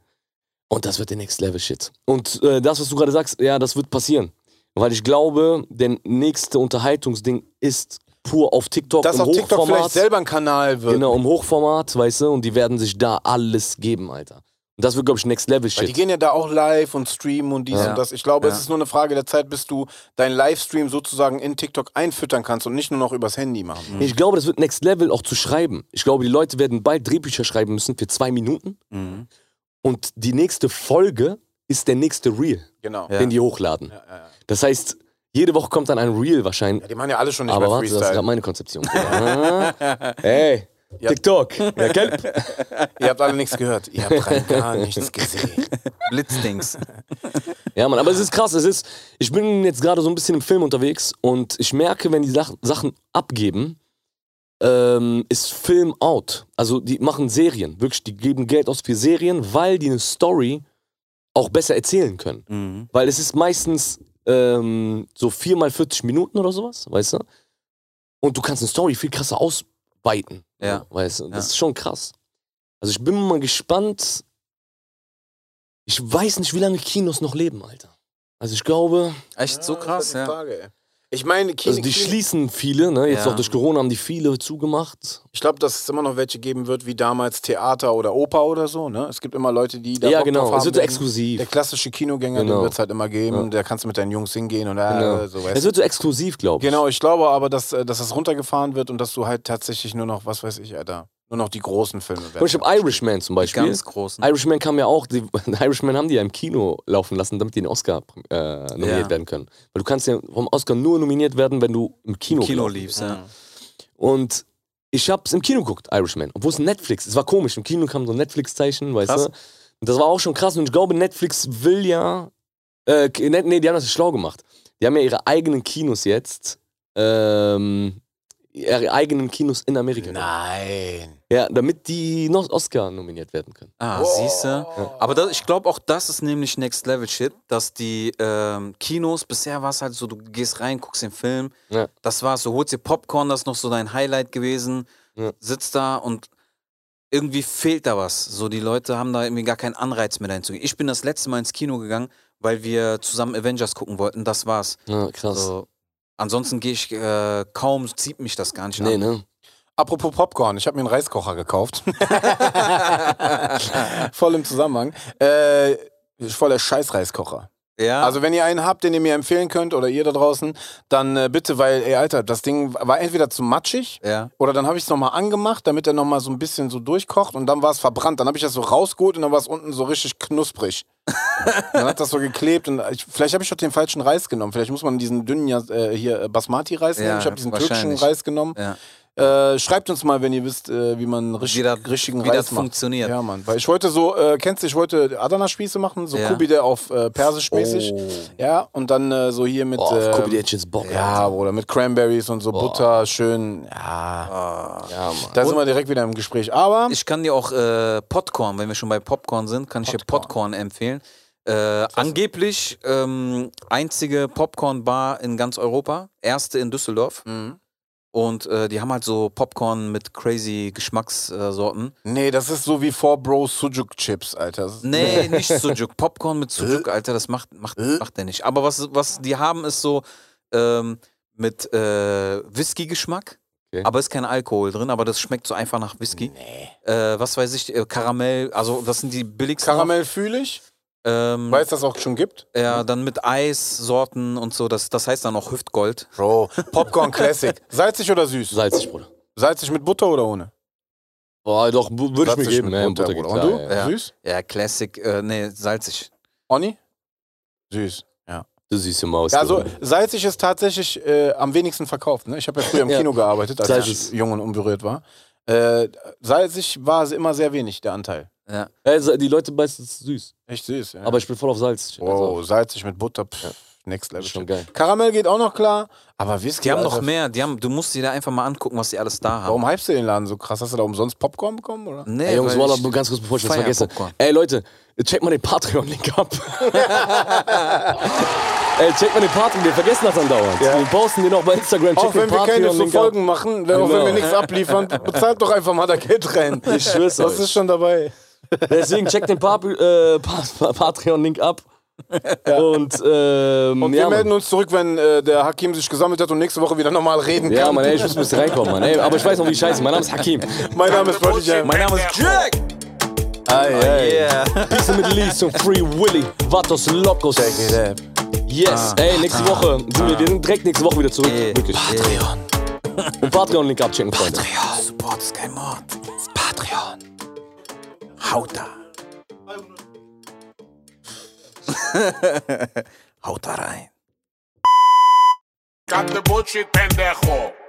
S3: Und das wird der Next Level Shit. Und äh, das, was du gerade sagst, ja, das wird passieren. Weil ich glaube, der nächste Unterhaltungsding ist pur auf TikTok
S2: Dass
S3: im
S2: auf TikTok vielleicht
S3: Hochformat.
S2: selber ein Kanal wird.
S3: genau, im Hochformat, weißt du? Und die werden sich da alles geben, Alter. Und das wird, glaube ich, Next Level
S2: Weil die
S3: Shit.
S2: gehen ja da auch live und streamen und dies
S4: Ja.
S2: und das. Ich glaube,
S4: Ja.
S2: es ist nur eine Frage der Zeit, bis du deinen Livestream sozusagen in TikTok einfüttern kannst und nicht nur noch übers Handy machen.
S3: Ich glaube, das wird Next Level auch zu schreiben. Ich glaube, die Leute werden bald Drehbücher schreiben müssen für zwei Minuten.
S4: Mhm.
S3: Und die nächste Folge ist der nächste Reel,
S2: Genau.
S4: Ja.
S3: den die hochladen.
S2: Ja, ja, ja.
S3: Das heißt, jede Woche kommt dann ein Reel wahrscheinlich.
S2: Ja, die machen ja alle schon nicht
S3: Aber
S2: mehr
S3: warte, das ist
S2: Freestyle.
S3: gerade meine Konzeption. Ah. hey,
S2: Ja.
S3: TikTok. Ja, gelb.
S2: Ihr habt alle nichts gehört. Ihr habt rein gar nichts gesehen.
S4: Blitzdings.
S3: ja, Mann, aber es ist krass. Es ist, ich bin jetzt gerade so ein bisschen im Film unterwegs und ich merke, wenn die Sach Sachen abgeben, ähm, ist Film out. Also die machen Serien. Wirklich, die geben Geld aus für Serien, weil die eine Story auch besser erzählen können.
S4: mhm.
S3: Weil es ist meistens ähm, so 4 mal 40 Minuten oder sowas, weißt du? Und du kannst eine Story viel krasser ausweiten.
S4: Ja.
S3: Weißt du? Das
S4: Ja.
S3: ist schon krass. Also ich bin mal gespannt. Ich weiß nicht, wie lange Kinos noch leben, Alter. Also ich glaube,
S4: Echt so krass, ja.
S2: Ich meine, Kine,
S3: also die schließen viele, ne? Jetzt
S4: Ja.
S3: auch durch Corona haben die viele zugemacht.
S2: ich glaube, dass es immer noch welche geben wird, wie damals Theater oder Oper oder so. Ne? Es gibt immer Leute, die da
S3: Ja,
S2: Bock
S3: genau.
S2: drauf haben
S3: Es wird so
S2: werden.
S3: exklusiv.
S2: Der klassische Kinogänger,
S3: Genau.
S2: den wird es halt immer geben.
S3: Ja.
S2: Da kannst du mit deinen Jungs hingehen und äh,
S3: Genau.
S2: so
S3: Es
S2: weißt du.
S3: wird so exklusiv, glaube ich.
S2: Genau, ich glaube aber, dass, äh, dass das runtergefahren wird und dass du halt tatsächlich nur noch, was weiß ich, Alter, nur noch die großen Filme werden.
S3: Und ich habe Irishman zum
S4: Die
S3: Beispiel.
S4: ganz großen.
S3: Irishman kam ja auch, die, Irishman haben die ja im Kino laufen lassen, damit die den Oscar äh, nominiert
S4: Ja.
S3: werden können. Weil du kannst ja vom Oscar nur nominiert werden, wenn du im Kino,
S4: Kino
S3: gelaufen
S4: liebst,
S3: bist.
S4: ja.
S3: Und ich hab's im Kino geguckt, Irishman. Obwohl es Netflix, es war komisch, im Kino kam so ein Netflix-Zeichen, weißt
S4: Krass.
S3: du. Und das war auch schon krass und ich glaube, Netflix will ja, äh, K- nee, nee, die haben das schlau gemacht. Die haben ja ihre eigenen Kinos jetzt ähm, ihre eigenen Kinos in Amerika.
S2: Nein.
S3: Ja, damit die noch Oscar nominiert werden können.
S4: Ah, siehst du? Aber das, ich glaube, auch das ist nämlich Next Level Shit, dass die ähm, Kinos, bisher war es halt so, du gehst rein, guckst den Film,
S3: Ja.
S4: das war's, du holst dir Popcorn, das ist noch so dein Highlight gewesen,
S3: Ja.
S4: sitzt da und irgendwie fehlt da was. So, die Leute haben da irgendwie gar keinen Anreiz mehr reinzugehen. Ich bin das letzte Mal ins Kino gegangen, weil wir zusammen Avengers gucken wollten, das war's.
S3: Ja, Ah, krass.
S4: So, ansonsten gehe ich äh, kaum, zieht mich das gar nicht
S3: Nee,
S4: an.
S3: ne?
S2: Apropos Popcorn, ich habe mir einen Reiskocher gekauft. Voll im Zusammenhang. Äh, voller Scheiß-Reiskocher.
S4: Ja,
S2: Also wenn ihr einen habt, den ihr mir empfehlen könnt oder ihr da draußen, dann äh, bitte, weil, ey Alter, das Ding war entweder zu matschig
S4: ja.
S2: oder dann habe ich es nochmal angemacht, damit er nochmal so ein bisschen so durchkocht und dann war es verbrannt. Dann habe ich das so rausgeholt und dann war es unten so richtig knusprig. dann hat das so geklebt und ich, vielleicht habe ich doch den falschen Reis genommen. Vielleicht muss man diesen dünnen ja, äh, hier äh, Basmati-Reis nehmen.
S4: Ja,
S2: Ich habe diesen türkischen
S4: wahrscheinlich.
S2: Reis genommen.
S4: ja.
S2: Äh, schreibt uns mal, wenn ihr wisst, äh, wie man richtig,
S4: Wie das-
S2: richtigen
S4: wie
S2: Reis
S4: das
S2: macht.
S4: funktioniert.
S2: Ja, Mann. Weil ich wollte so, äh, kennst du, ich wollte Adana-Spieße machen, so
S4: Ja.
S2: Kubide auf äh, Persisch mäßig.
S4: Oh.
S2: Ja, und dann äh, so hier mit.
S3: Oh,
S2: äh,
S3: guck dir jetzt jetzt Bock.
S2: ja, oder mit Cranberries und so Butter, schön. Ja,
S3: Alter. ja Mann.
S2: da sind wir direkt wieder im Gespräch. Aber
S4: Ich kann dir auch äh, Popcorn, wenn wir schon bei Popcorn sind, kann ich dir Popcorn empfehlen. Äh, angeblich ähm, einzige Popcorn-Bar in ganz Europa, erste in Düsseldorf.
S2: mm,
S4: Und äh, die haben halt so Popcorn mit crazy Geschmackssorten.
S2: nee, das ist so wie Four Bros Sujuk Chips, Alter. Das ist-
S4: Nee, nicht Sujuk. Popcorn mit Sujuk, Alter, das macht, macht, macht der nicht. Aber was, was die haben, ist so ähm, mit äh, Whisky-Geschmack.
S3: Okay.
S4: Aber ist kein Alkohol drin, aber das schmeckt so einfach nach Whisky. Äh, was weiß ich, äh, Karamell, also das sind die billigsten.
S2: Karamell fühle ich,
S4: Ähm,
S2: weil es das auch schon gibt.
S4: ja, dann mit Eissorten und so. Das, das heißt dann auch Hüftgold.
S2: Bro, Popcorn Classic. Salzig oder süß?
S3: Salzig, Bruder.
S2: Salzig mit Butter oder ohne?
S3: Boah, doch, bu- würde ich mir
S2: Salzig
S3: geben.
S2: mit
S3: Ne?
S2: Butter,
S3: Butter geht
S2: Bruder.
S3: klar,
S2: Und du?
S3: ja.
S4: ja.
S2: Süß?
S4: Ja, Classic, äh, nee, salzig.
S2: Oni? Süß. Ja.
S3: Du süße Maus.
S2: Ja, also
S3: du.
S2: salzig ist tatsächlich äh, am wenigsten verkauft. Ne? Ich habe ja früher im
S3: Ja.
S2: Kino gearbeitet, als
S3: Salzig.
S2: ich jung und unberührt war. Äh, salzig war immer sehr wenig, der Anteil.
S4: Ja.
S3: Äh, die Leute beißen es süß.
S2: Echt süß, ja.
S3: Aber ich bin voll auf Salz.
S2: wow, salzig mit Butter, pff, next level.
S3: Also, schon
S2: Shit.
S3: geil.
S2: Karamell geht auch noch klar, aber Whisky...
S4: Die haben
S2: Alter,
S4: noch mehr. Die haben, du musst dir da einfach mal angucken, was die alles da haben.
S2: Warum hypst du den Laden so krass? Hast du da umsonst Popcorn bekommen, oder?
S4: Nee,
S3: Ey, Jungs,
S4: weil
S3: Walla,
S4: ich-
S3: ganz kurz, bevor ich das
S4: feier
S3: vergesse.
S4: Popcorn.
S3: Ey, Leute, checkt mal den Patreon-Link ab. Ey, checkt mal den Patreon, wir vergessen das andauernd.
S2: Ja.
S3: Wir posten den auch bei Instagram. Checkt
S2: Auch wenn
S3: den
S2: wir keine so
S3: Patreon-Link ab.
S2: Folgen machen, wenn, auch wenn
S3: Genau.
S2: wir nichts abliefern, bezahlt doch einfach mal da Geld rein.
S3: Ich schwör's
S2: Das
S3: euch.
S2: ist schon dabei.
S3: Deswegen checkt den Pap- äh, Pa- Pa- Patreon-Link ab. Und, ähm,
S2: Und
S3: ja,
S2: wir melden
S3: Mann.
S2: uns zurück, wenn äh, der Hakim sich gesammelt hat und nächste Woche wieder normal reden
S3: Ja,
S2: kann.
S3: Mann, ey, ich muss ein bisschen reinkommen, Mann. Ey, aber ich weiß noch, wie ich heiße. Mein Name ist Hakim.
S2: mein Name ist Prodigy.
S4: Mein Name ist Jack!
S2: Ei, ei.
S4: Yeah.
S3: Peace in the Middle East und Free Willy. Vatos Locos.
S2: Check it out. Ah.
S3: Yes, ey, nächste Woche sind wir, wir sind direkt nächste Woche wieder zurück. Wirklich.
S4: Patreon.
S3: Und Patreon-Link abchecken, Freunde.
S4: Patreon. Support ist kein Mord. Patreon. Haut da. Haut da rein.
S5: Cut the bullshit, pendejo.